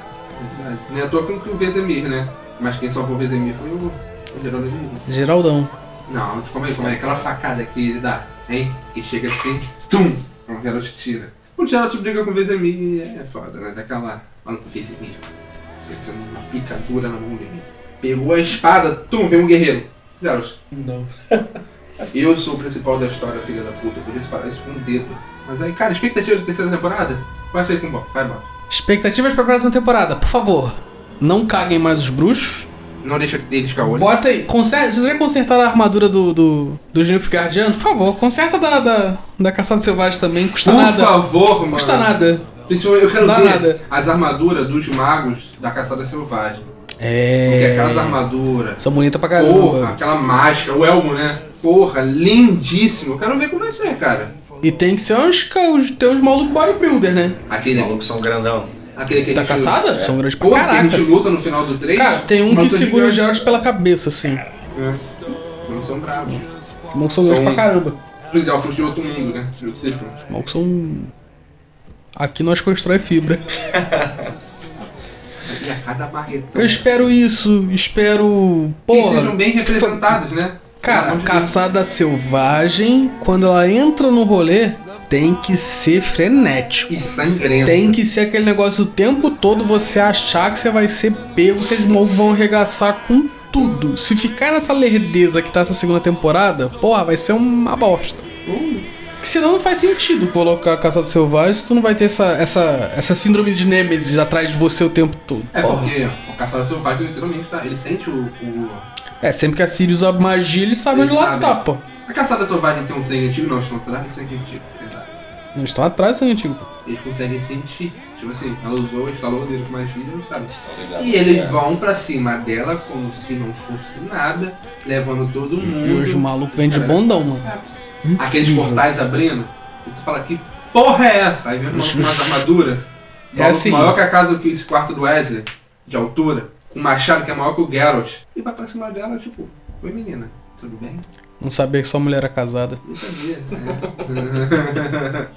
Speaker 1: Não é à toa que o Vezemir, né? Mas quem salvou o Vezemir foi o, o Geraldo de Lima.
Speaker 3: Geraldão.
Speaker 1: Não, calma aí, calma aí. é Aquela facada que ele dá, hein? Que chega assim, tum! É um Geralt que tira. O Geralt se briga com o Vezemir e é foda, né? Daquela. Olha com o Vezemir. Pensando uma picadura na mão dele. Pegou a espada, tum! Vem um guerreiro. Geralt,
Speaker 2: Não.
Speaker 1: <laughs> eu sou o principal da história, filha da puta. Eu podia separar isso com um dedo. Mas aí, cara, expectativa da terceira temporada? Vai sair com o Bob, vai, Bob.
Speaker 3: Expectativas pra próxima temporada, por favor. Não caguem mais os bruxos.
Speaker 1: Não deixa eles caolhos.
Speaker 3: Bota aí. Conserta, se vocês já consertaram a armadura do, do, do Guardiano, por favor, conserta da, da, da Caçada Selvagem também. Custa
Speaker 1: Por
Speaker 3: nada.
Speaker 1: favor, mano.
Speaker 3: Custa nada.
Speaker 1: Principalmente, eu quero
Speaker 3: Dá
Speaker 1: ver
Speaker 3: nada.
Speaker 1: as armaduras dos magos da caçada selvagem. Porque
Speaker 3: É.
Speaker 1: aquelas armaduras,
Speaker 3: São bonitas pra caramba.
Speaker 1: porra, aquela máscara, o elmo, né? Porra, lindíssimo. Eu quero ver como vai ser, cara.
Speaker 3: E tem que ser uns, ca- os teus malucos bodybuilder, né?
Speaker 1: Aquele,
Speaker 2: são grandão.
Speaker 1: aquele que a
Speaker 3: Da
Speaker 1: gente-
Speaker 3: caçada? São grandes pra
Speaker 1: Porra, que a gente
Speaker 3: Tá caraca.
Speaker 1: luta no final do 3.
Speaker 3: Cara, tem um que segura o Geralt pela cabeça, assim.
Speaker 1: Não são bravos.
Speaker 3: Malucos são grandes
Speaker 1: São-
Speaker 3: pra caramba.
Speaker 1: Os elfos de outro mundo, né? De outro círculo.
Speaker 3: Malucos são. Aqui nós constrói fibra.
Speaker 1: E a cada marretão.
Speaker 3: Eu espero isso, espero.
Speaker 1: que
Speaker 3: Porra.
Speaker 1: sejam bem representados, né? Pelo
Speaker 3: Cara,
Speaker 1: amor de Deus.
Speaker 3: caçada selvagem, quando ela entra no rolê, tem que ser frenético.
Speaker 1: E sangrento.
Speaker 3: Tem que ser aquele negócio o tempo todo você achar que você vai ser pego, que eles mo- vão arregaçar com tudo. Se ficar nessa lerdeza que tá essa segunda temporada, porra, vai ser uma bosta. Porque senão não faz sentido colocar a Caçada Selvagem se tu não vai ter essa, essa, essa síndrome de Nemesis atrás de você o tempo todo.
Speaker 1: É
Speaker 3: porra.
Speaker 1: porque o caçador selvagem literalmente tá. Ele sente o. o...
Speaker 3: É, sempre que a Siri usa magia, ele sabe
Speaker 1: Ele
Speaker 3: onde ela
Speaker 1: sabe.
Speaker 3: tá, pô.
Speaker 1: A caçada selvagem tem um sangue antigo? Não, eles não trazem sangue antigo, é verdade.
Speaker 3: Eles estão atrás, seu antigo.
Speaker 1: Eles conseguem sentir. Tipo assim, ela usou, instalou o dedo com magia, não sabe.
Speaker 2: ligado?
Speaker 1: E eles vão pra cima dela como se não fosse nada, levando todo
Speaker 3: E
Speaker 1: mundo.
Speaker 3: hoje o maluco vem de
Speaker 1: Cara,
Speaker 3: bondão, mano.
Speaker 1: é, Aqueles
Speaker 3: Incrível.
Speaker 1: portais abrindo, e tu fala que porra é essa? Aí vem um maluco com umas armaduras.
Speaker 3: <laughs> É
Speaker 1: maluco
Speaker 3: assim.
Speaker 1: Maior que a casa que esse quarto do Wesley, de altura, com um machado que é maior que o Geralt. E vai pra cima dela, tipo, oi menina, tudo bem? É.
Speaker 3: Não sabia que sua mulher era casada.
Speaker 1: Não <laughs> sabia. né?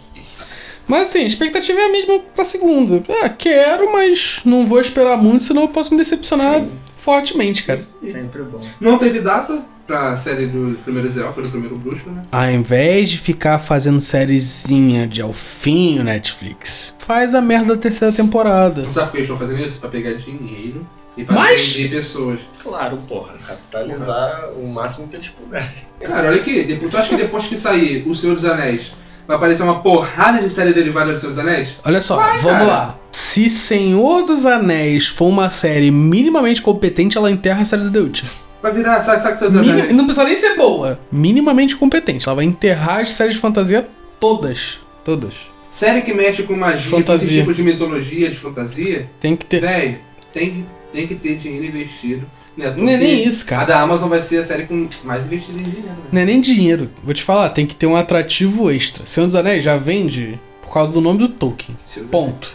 Speaker 3: Mas assim, a expectativa é a mesma pra segunda. É, quero, mas não vou esperar muito, senão eu posso me decepcionar
Speaker 1: né?
Speaker 3: fortemente, cara.
Speaker 2: É, Sempre bom.
Speaker 1: não teve data pra série do primeiro Zelf, do primeiro bruxo, né?
Speaker 3: Ao invés de ficar fazendo sériezinha de alfinho, Netflix, faz a merda da terceira temporada.
Speaker 1: Não sabe por que eles estão fazendo isso? Pra pegar dinheiro e pra
Speaker 3: Mas-
Speaker 1: vender pessoas.
Speaker 2: Claro, porra. Capitalizar o máximo que eles puderem.
Speaker 1: Cara, olha aqui, depois, tu acha que depois que sair O Senhor dos Anéis vai aparecer uma porrada de série derivada do Senhor dos Anéis?
Speaker 3: Olha só,
Speaker 1: Vai,
Speaker 3: vamos
Speaker 1: cara.
Speaker 3: lá. Se Senhor dos Anéis for uma série minimamente competente, ela enterra a série do The Witcher.
Speaker 1: Vai virar, sabe, sabe o Senhor dos
Speaker 3: Mini-
Speaker 1: Anéis?
Speaker 3: não precisa nem ser boa. Minimamente competente. Ela vai enterrar as séries de fantasia todas. Todas.
Speaker 1: Série que mexe com magia, com esse
Speaker 3: Fantasia.
Speaker 1: tipo de mitologia, de fantasia,
Speaker 3: Tem que ter.
Speaker 1: velho, tem, que- tem que ter dinheiro investido. Né?
Speaker 3: Não é nem isso,
Speaker 1: A
Speaker 3: cara.
Speaker 1: da Amazon vai ser a série com mais investido em dinheiro. né?
Speaker 3: Não é nem dinheiro. Vou te falar, tem que ter um atrativo extra. Senhor dos Anéis já vende por causa do nome do Tolkien.
Speaker 1: Senhor dos Anéis.
Speaker 3: Ponto.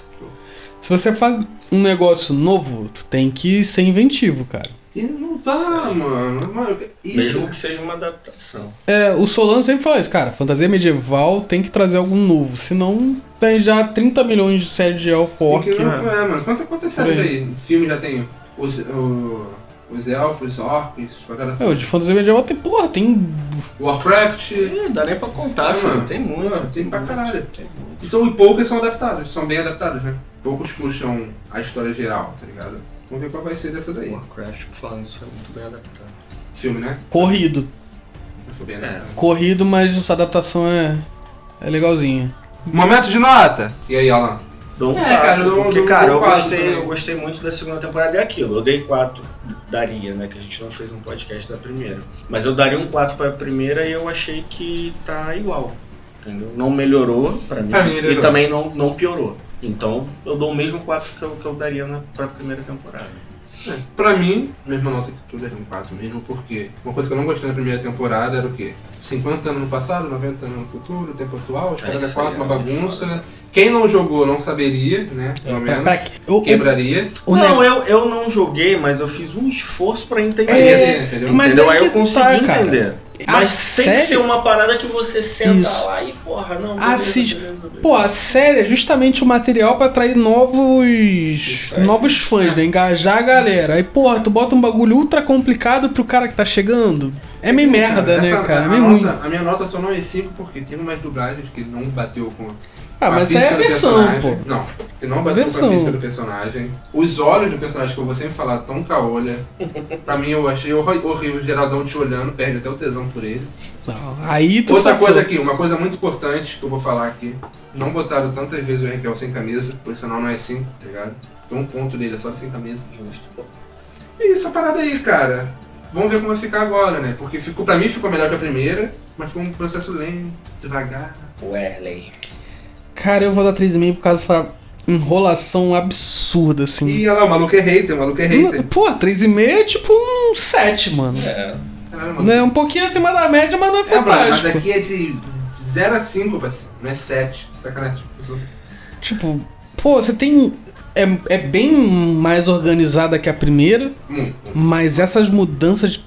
Speaker 3: Se você faz um negócio novo, tu tem que ser inventivo, cara.
Speaker 1: E não tá, mano. Mano, Isso.
Speaker 2: Mesmo que seja uma adaptação.
Speaker 3: É, o Solano sempre fala isso, cara. Fantasia medieval tem que trazer algo novo. Senão tem já 30 milhões de séries de elfo
Speaker 1: Tem
Speaker 3: orc.
Speaker 1: que-
Speaker 2: né?
Speaker 1: é, mano. Quanto, quantas séries aí? Filme já tem os, o- os elfos, os orcs, essas paradas.
Speaker 3: É, o de fantasia medieval tem, porra, tem
Speaker 1: Warcraft.
Speaker 2: Ih, dá nem pra contar,
Speaker 1: Ah,
Speaker 2: filho.
Speaker 1: mano.
Speaker 2: Tem muito.
Speaker 1: Ah, tem pra
Speaker 2: muito,
Speaker 1: caralho.
Speaker 2: Uhum. tem muito.
Speaker 1: E, são, e poucas são adaptados, são bem adaptados, né? Poucos puxam a história geral, tá ligado? Vamos ver qual vai ser dessa daí.
Speaker 2: Warcraft, falando isso, é muito bem adaptado.
Speaker 1: Filme, né?
Speaker 3: corrido.
Speaker 1: Não foi bem
Speaker 2: É.
Speaker 1: adaptado.
Speaker 3: Corrido, mas a adaptação é, É legalzinho.
Speaker 1: Momento de nota! E aí, Alan?
Speaker 2: Dou um
Speaker 1: É,
Speaker 2: quatro,
Speaker 1: cara, eu não-
Speaker 2: porque,
Speaker 1: não
Speaker 2: cara,
Speaker 1: dou né?
Speaker 2: eu
Speaker 1: quatro
Speaker 2: gostei,
Speaker 1: também.
Speaker 2: eu gostei muito da segunda temporada. É aquilo, eu dei 4, daria, né? Que a gente não fez um podcast da primeira. Mas eu daria um 4 pra primeira e eu achei que tá igual. Entendeu? Não melhorou pra mim,
Speaker 1: Pra mim, melhorou.
Speaker 2: e também não, não piorou. Então eu dou o mesmo 4 que eu, que eu daria na, pra primeira temporada.
Speaker 1: É, Pra mim, mesma nota que tudo, é um 4 mesmo, porque uma coisa que eu não gostei na primeira temporada era o quê? 50 anos no passado, 90 anos no futuro, tempo atual, os
Speaker 2: É,
Speaker 1: caras
Speaker 2: isso
Speaker 1: é 4,
Speaker 2: aí,
Speaker 1: uma
Speaker 2: é muito
Speaker 1: bagunça.
Speaker 2: foda.
Speaker 1: Quem não jogou não saberia, né? Pelo menos.
Speaker 3: Pack, o, o-
Speaker 1: Quebraria.
Speaker 3: o
Speaker 2: não,
Speaker 3: ne-
Speaker 2: eu, eu não joguei, mas eu fiz um esforço pra entender.
Speaker 1: Aí ia ter, entendeu?
Speaker 3: É, mas
Speaker 2: entendeu?
Speaker 3: é
Speaker 2: Aí
Speaker 3: que
Speaker 2: eu consegui
Speaker 3: tá, cara.
Speaker 2: entender.
Speaker 3: A
Speaker 2: Mas tem
Speaker 3: série-
Speaker 2: que ser uma parada que você senta
Speaker 3: Isso.
Speaker 2: lá e porra, não.
Speaker 3: Assiste-
Speaker 2: beleza, beleza.
Speaker 3: Pô, a série é justamente o material pra atrair novos
Speaker 2: aí.
Speaker 3: novos fãs, né? Engajar a galera. Aí, porra, tu bota um bagulho ultra complicado pro cara que tá chegando. É meio merda,
Speaker 1: Essa-
Speaker 3: né, cara? É
Speaker 1: A,
Speaker 3: meio ruim.
Speaker 1: nota, a minha nota só não é 5 porque tem umas dublagens que não bateu com
Speaker 3: Ah,
Speaker 1: a
Speaker 3: mas
Speaker 1: física
Speaker 3: é
Speaker 1: do
Speaker 3: a versão, pô.
Speaker 1: personagem. Não, que não bateu com
Speaker 3: Versão.
Speaker 1: a física do personagem. Os olhos do personagem, que eu vou sempre falar, tão caolha. pra mim, eu achei horri- horrível. O Geraldão te olhando, perde até o tesão por ele.
Speaker 3: Não, aí tu
Speaker 1: Outra
Speaker 3: forçou.
Speaker 1: coisa aqui, uma coisa muito importante que eu vou falar aqui. Não botaram tantas vezes o Raquel sem camisa, por isso não é 5, tá ligado? Tem um ponto dele, é só de sem camisa.
Speaker 2: Justo.
Speaker 1: E essa parada aí, cara. Vamos ver como vai ficar agora, né? Porque ficou, pra mim ficou melhor que a primeira, mas foi um processo lento, devagar.
Speaker 2: Werley.
Speaker 3: Cara, eu vou dar 3,5 por causa dessa enrolação absurda, assim.
Speaker 1: E olha lá, o maluco é hater, o maluco é hater.
Speaker 3: Pô, 3,5 é tipo um 7, mano.
Speaker 2: É.
Speaker 1: Caralho, maluco.
Speaker 3: Né? Um pouquinho acima da média, mas não é
Speaker 1: É, brother, mas
Speaker 3: fantástico.
Speaker 1: aqui é de 0 a 5, parceiro. Não é 7. Sacanagem.
Speaker 3: Tipo, pô, você tem. É, é bem mais organizada que a primeira,
Speaker 1: Hum.
Speaker 3: mas essas mudanças de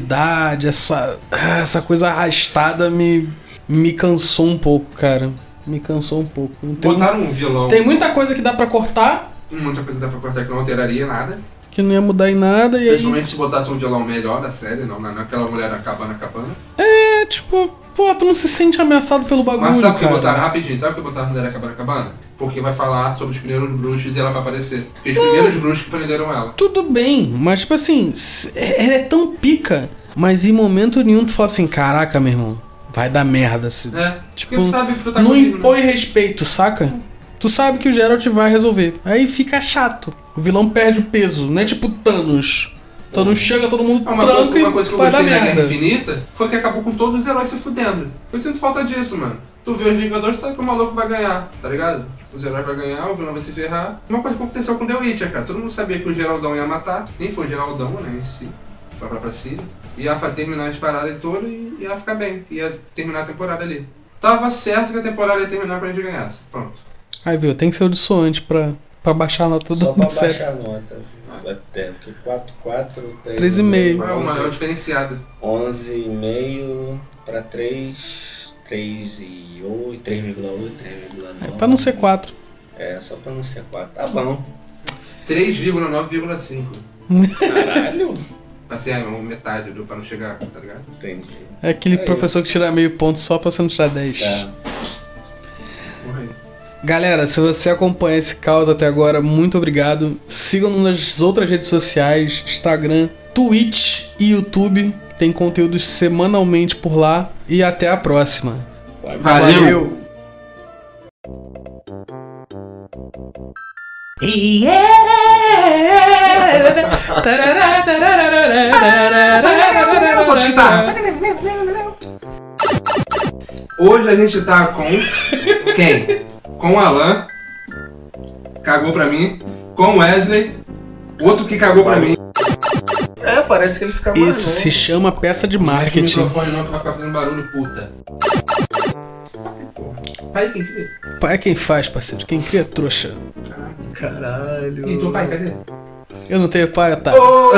Speaker 3: personalidade, essa, ah, essa coisa arrastada me, me cansou um pouco, cara. Me cansou um pouco. Não Tem,
Speaker 1: Botaram um vilão.
Speaker 3: tem muita coisa que dá pra cortar,
Speaker 1: Muita coisa dá pra cortar que não alteraria nada.
Speaker 3: que não ia mudar em nada, e aí,
Speaker 1: Principalmente se botasse um vilão melhor da série, não na- naquela mulher da cabana cabana.
Speaker 3: é, tipo, pô, tu não se sente ameaçado pelo bagulho,
Speaker 1: Mas sabe o que
Speaker 3: Tá cara.
Speaker 1: botaram? Rapidinho, sabe o que botaram a mulher da cabana cabana? Porque vai falar sobre os primeiros bruxos e ela vai aparecer. Porque os primeiros
Speaker 3: Hum.
Speaker 1: bruxos que prenderam ela.
Speaker 3: Tudo bem, mas tipo assim, s- é- ela é tão pica, mas em momento nenhum tu fala assim, caraca, meu irmão, vai dar merda. Se...
Speaker 1: É.
Speaker 3: Tipo,
Speaker 1: Porque tu sabe o
Speaker 3: não
Speaker 1: protagonismo. né?
Speaker 3: impõe respeito, saca? Tu sabe que o Geralt vai resolver. Aí fica chato. O vilão perde o peso, não é tipo Thanos. Thanos chega, todo mundo
Speaker 1: Ah, Uma,
Speaker 3: tranca
Speaker 1: coisa, uma
Speaker 3: e
Speaker 1: coisa que eu
Speaker 3: vai dar
Speaker 1: gostei da Guerra
Speaker 3: merda.
Speaker 1: Infinita foi que acabou com todos os heróis se fudendo. Eu sinto falta disso, mano. Tu vê os Vingadores, tu sabe que o maluco vai ganhar, tá ligado? Tipo, Os heróis vai ganhar, o vilão vai se ferrar. Uma coisa que aconteceu com The Witcher, cara. Todo mundo sabia que o Geraldão ia matar. Nem foi o Geraldão, né? Esse, foi a própria Cília. E ela vai terminar as paradas todas e, e ela ficar bem. Ia terminar a temporada ali. Tava certo que a temporada ia terminar quando a gente ganhasse. Pronto.
Speaker 3: Aí viu, tem que ser o dissoante pra, pra baixar a nota
Speaker 2: Só
Speaker 3: do <laughs>
Speaker 2: pra
Speaker 3: da série.
Speaker 2: baixar a nota. Até, porque 4, 4, 3,
Speaker 3: Três e meio.
Speaker 1: Qual é o maior diferenciado?
Speaker 2: 11 e meio pra 3, 3 e 8, 3,8, 3,9.
Speaker 3: Pra não ser 4.
Speaker 2: É, só pra não ser 4. Tá bom.
Speaker 1: 3,9,5.
Speaker 2: Caralho.
Speaker 1: Assim, é metade do, pra não chegar, tá ligado?
Speaker 2: Entendi.
Speaker 3: É aquele
Speaker 2: É
Speaker 3: professor
Speaker 2: isso.
Speaker 3: que tira meio ponto só pra você não tirar 10.
Speaker 2: Tá.
Speaker 1: Porra aí.
Speaker 3: Galera, se você acompanha esse caos até agora, muito obrigado. Sigam nas outras redes sociais, Instagram, Twitch e YouTube. Tem conteúdos semanalmente por lá. E até a próxima.
Speaker 2: Vai,
Speaker 1: Valeu. Só de guitarra. Hoje a gente tá com quem? Com o Alan, cagou pra mim. Com o Wesley, outro que cagou pra mim.
Speaker 2: É, parece que ele fica mais
Speaker 3: Isso
Speaker 2: longo.
Speaker 3: se chama peça de
Speaker 1: Não mexe no
Speaker 3: marketing.
Speaker 1: microfone não que vai ficar fazendo barulho, puta. Pai, quem que?
Speaker 3: Pai é quem faz, parceiro. Quem cria é trouxa.
Speaker 1: Caralho.
Speaker 2: Caralho.
Speaker 1: E tu, pai, cadê?
Speaker 3: Eu não tenho pai, tá?
Speaker 1: Ô,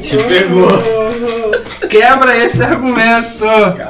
Speaker 2: Te pegou.
Speaker 1: Quebra esse argumento.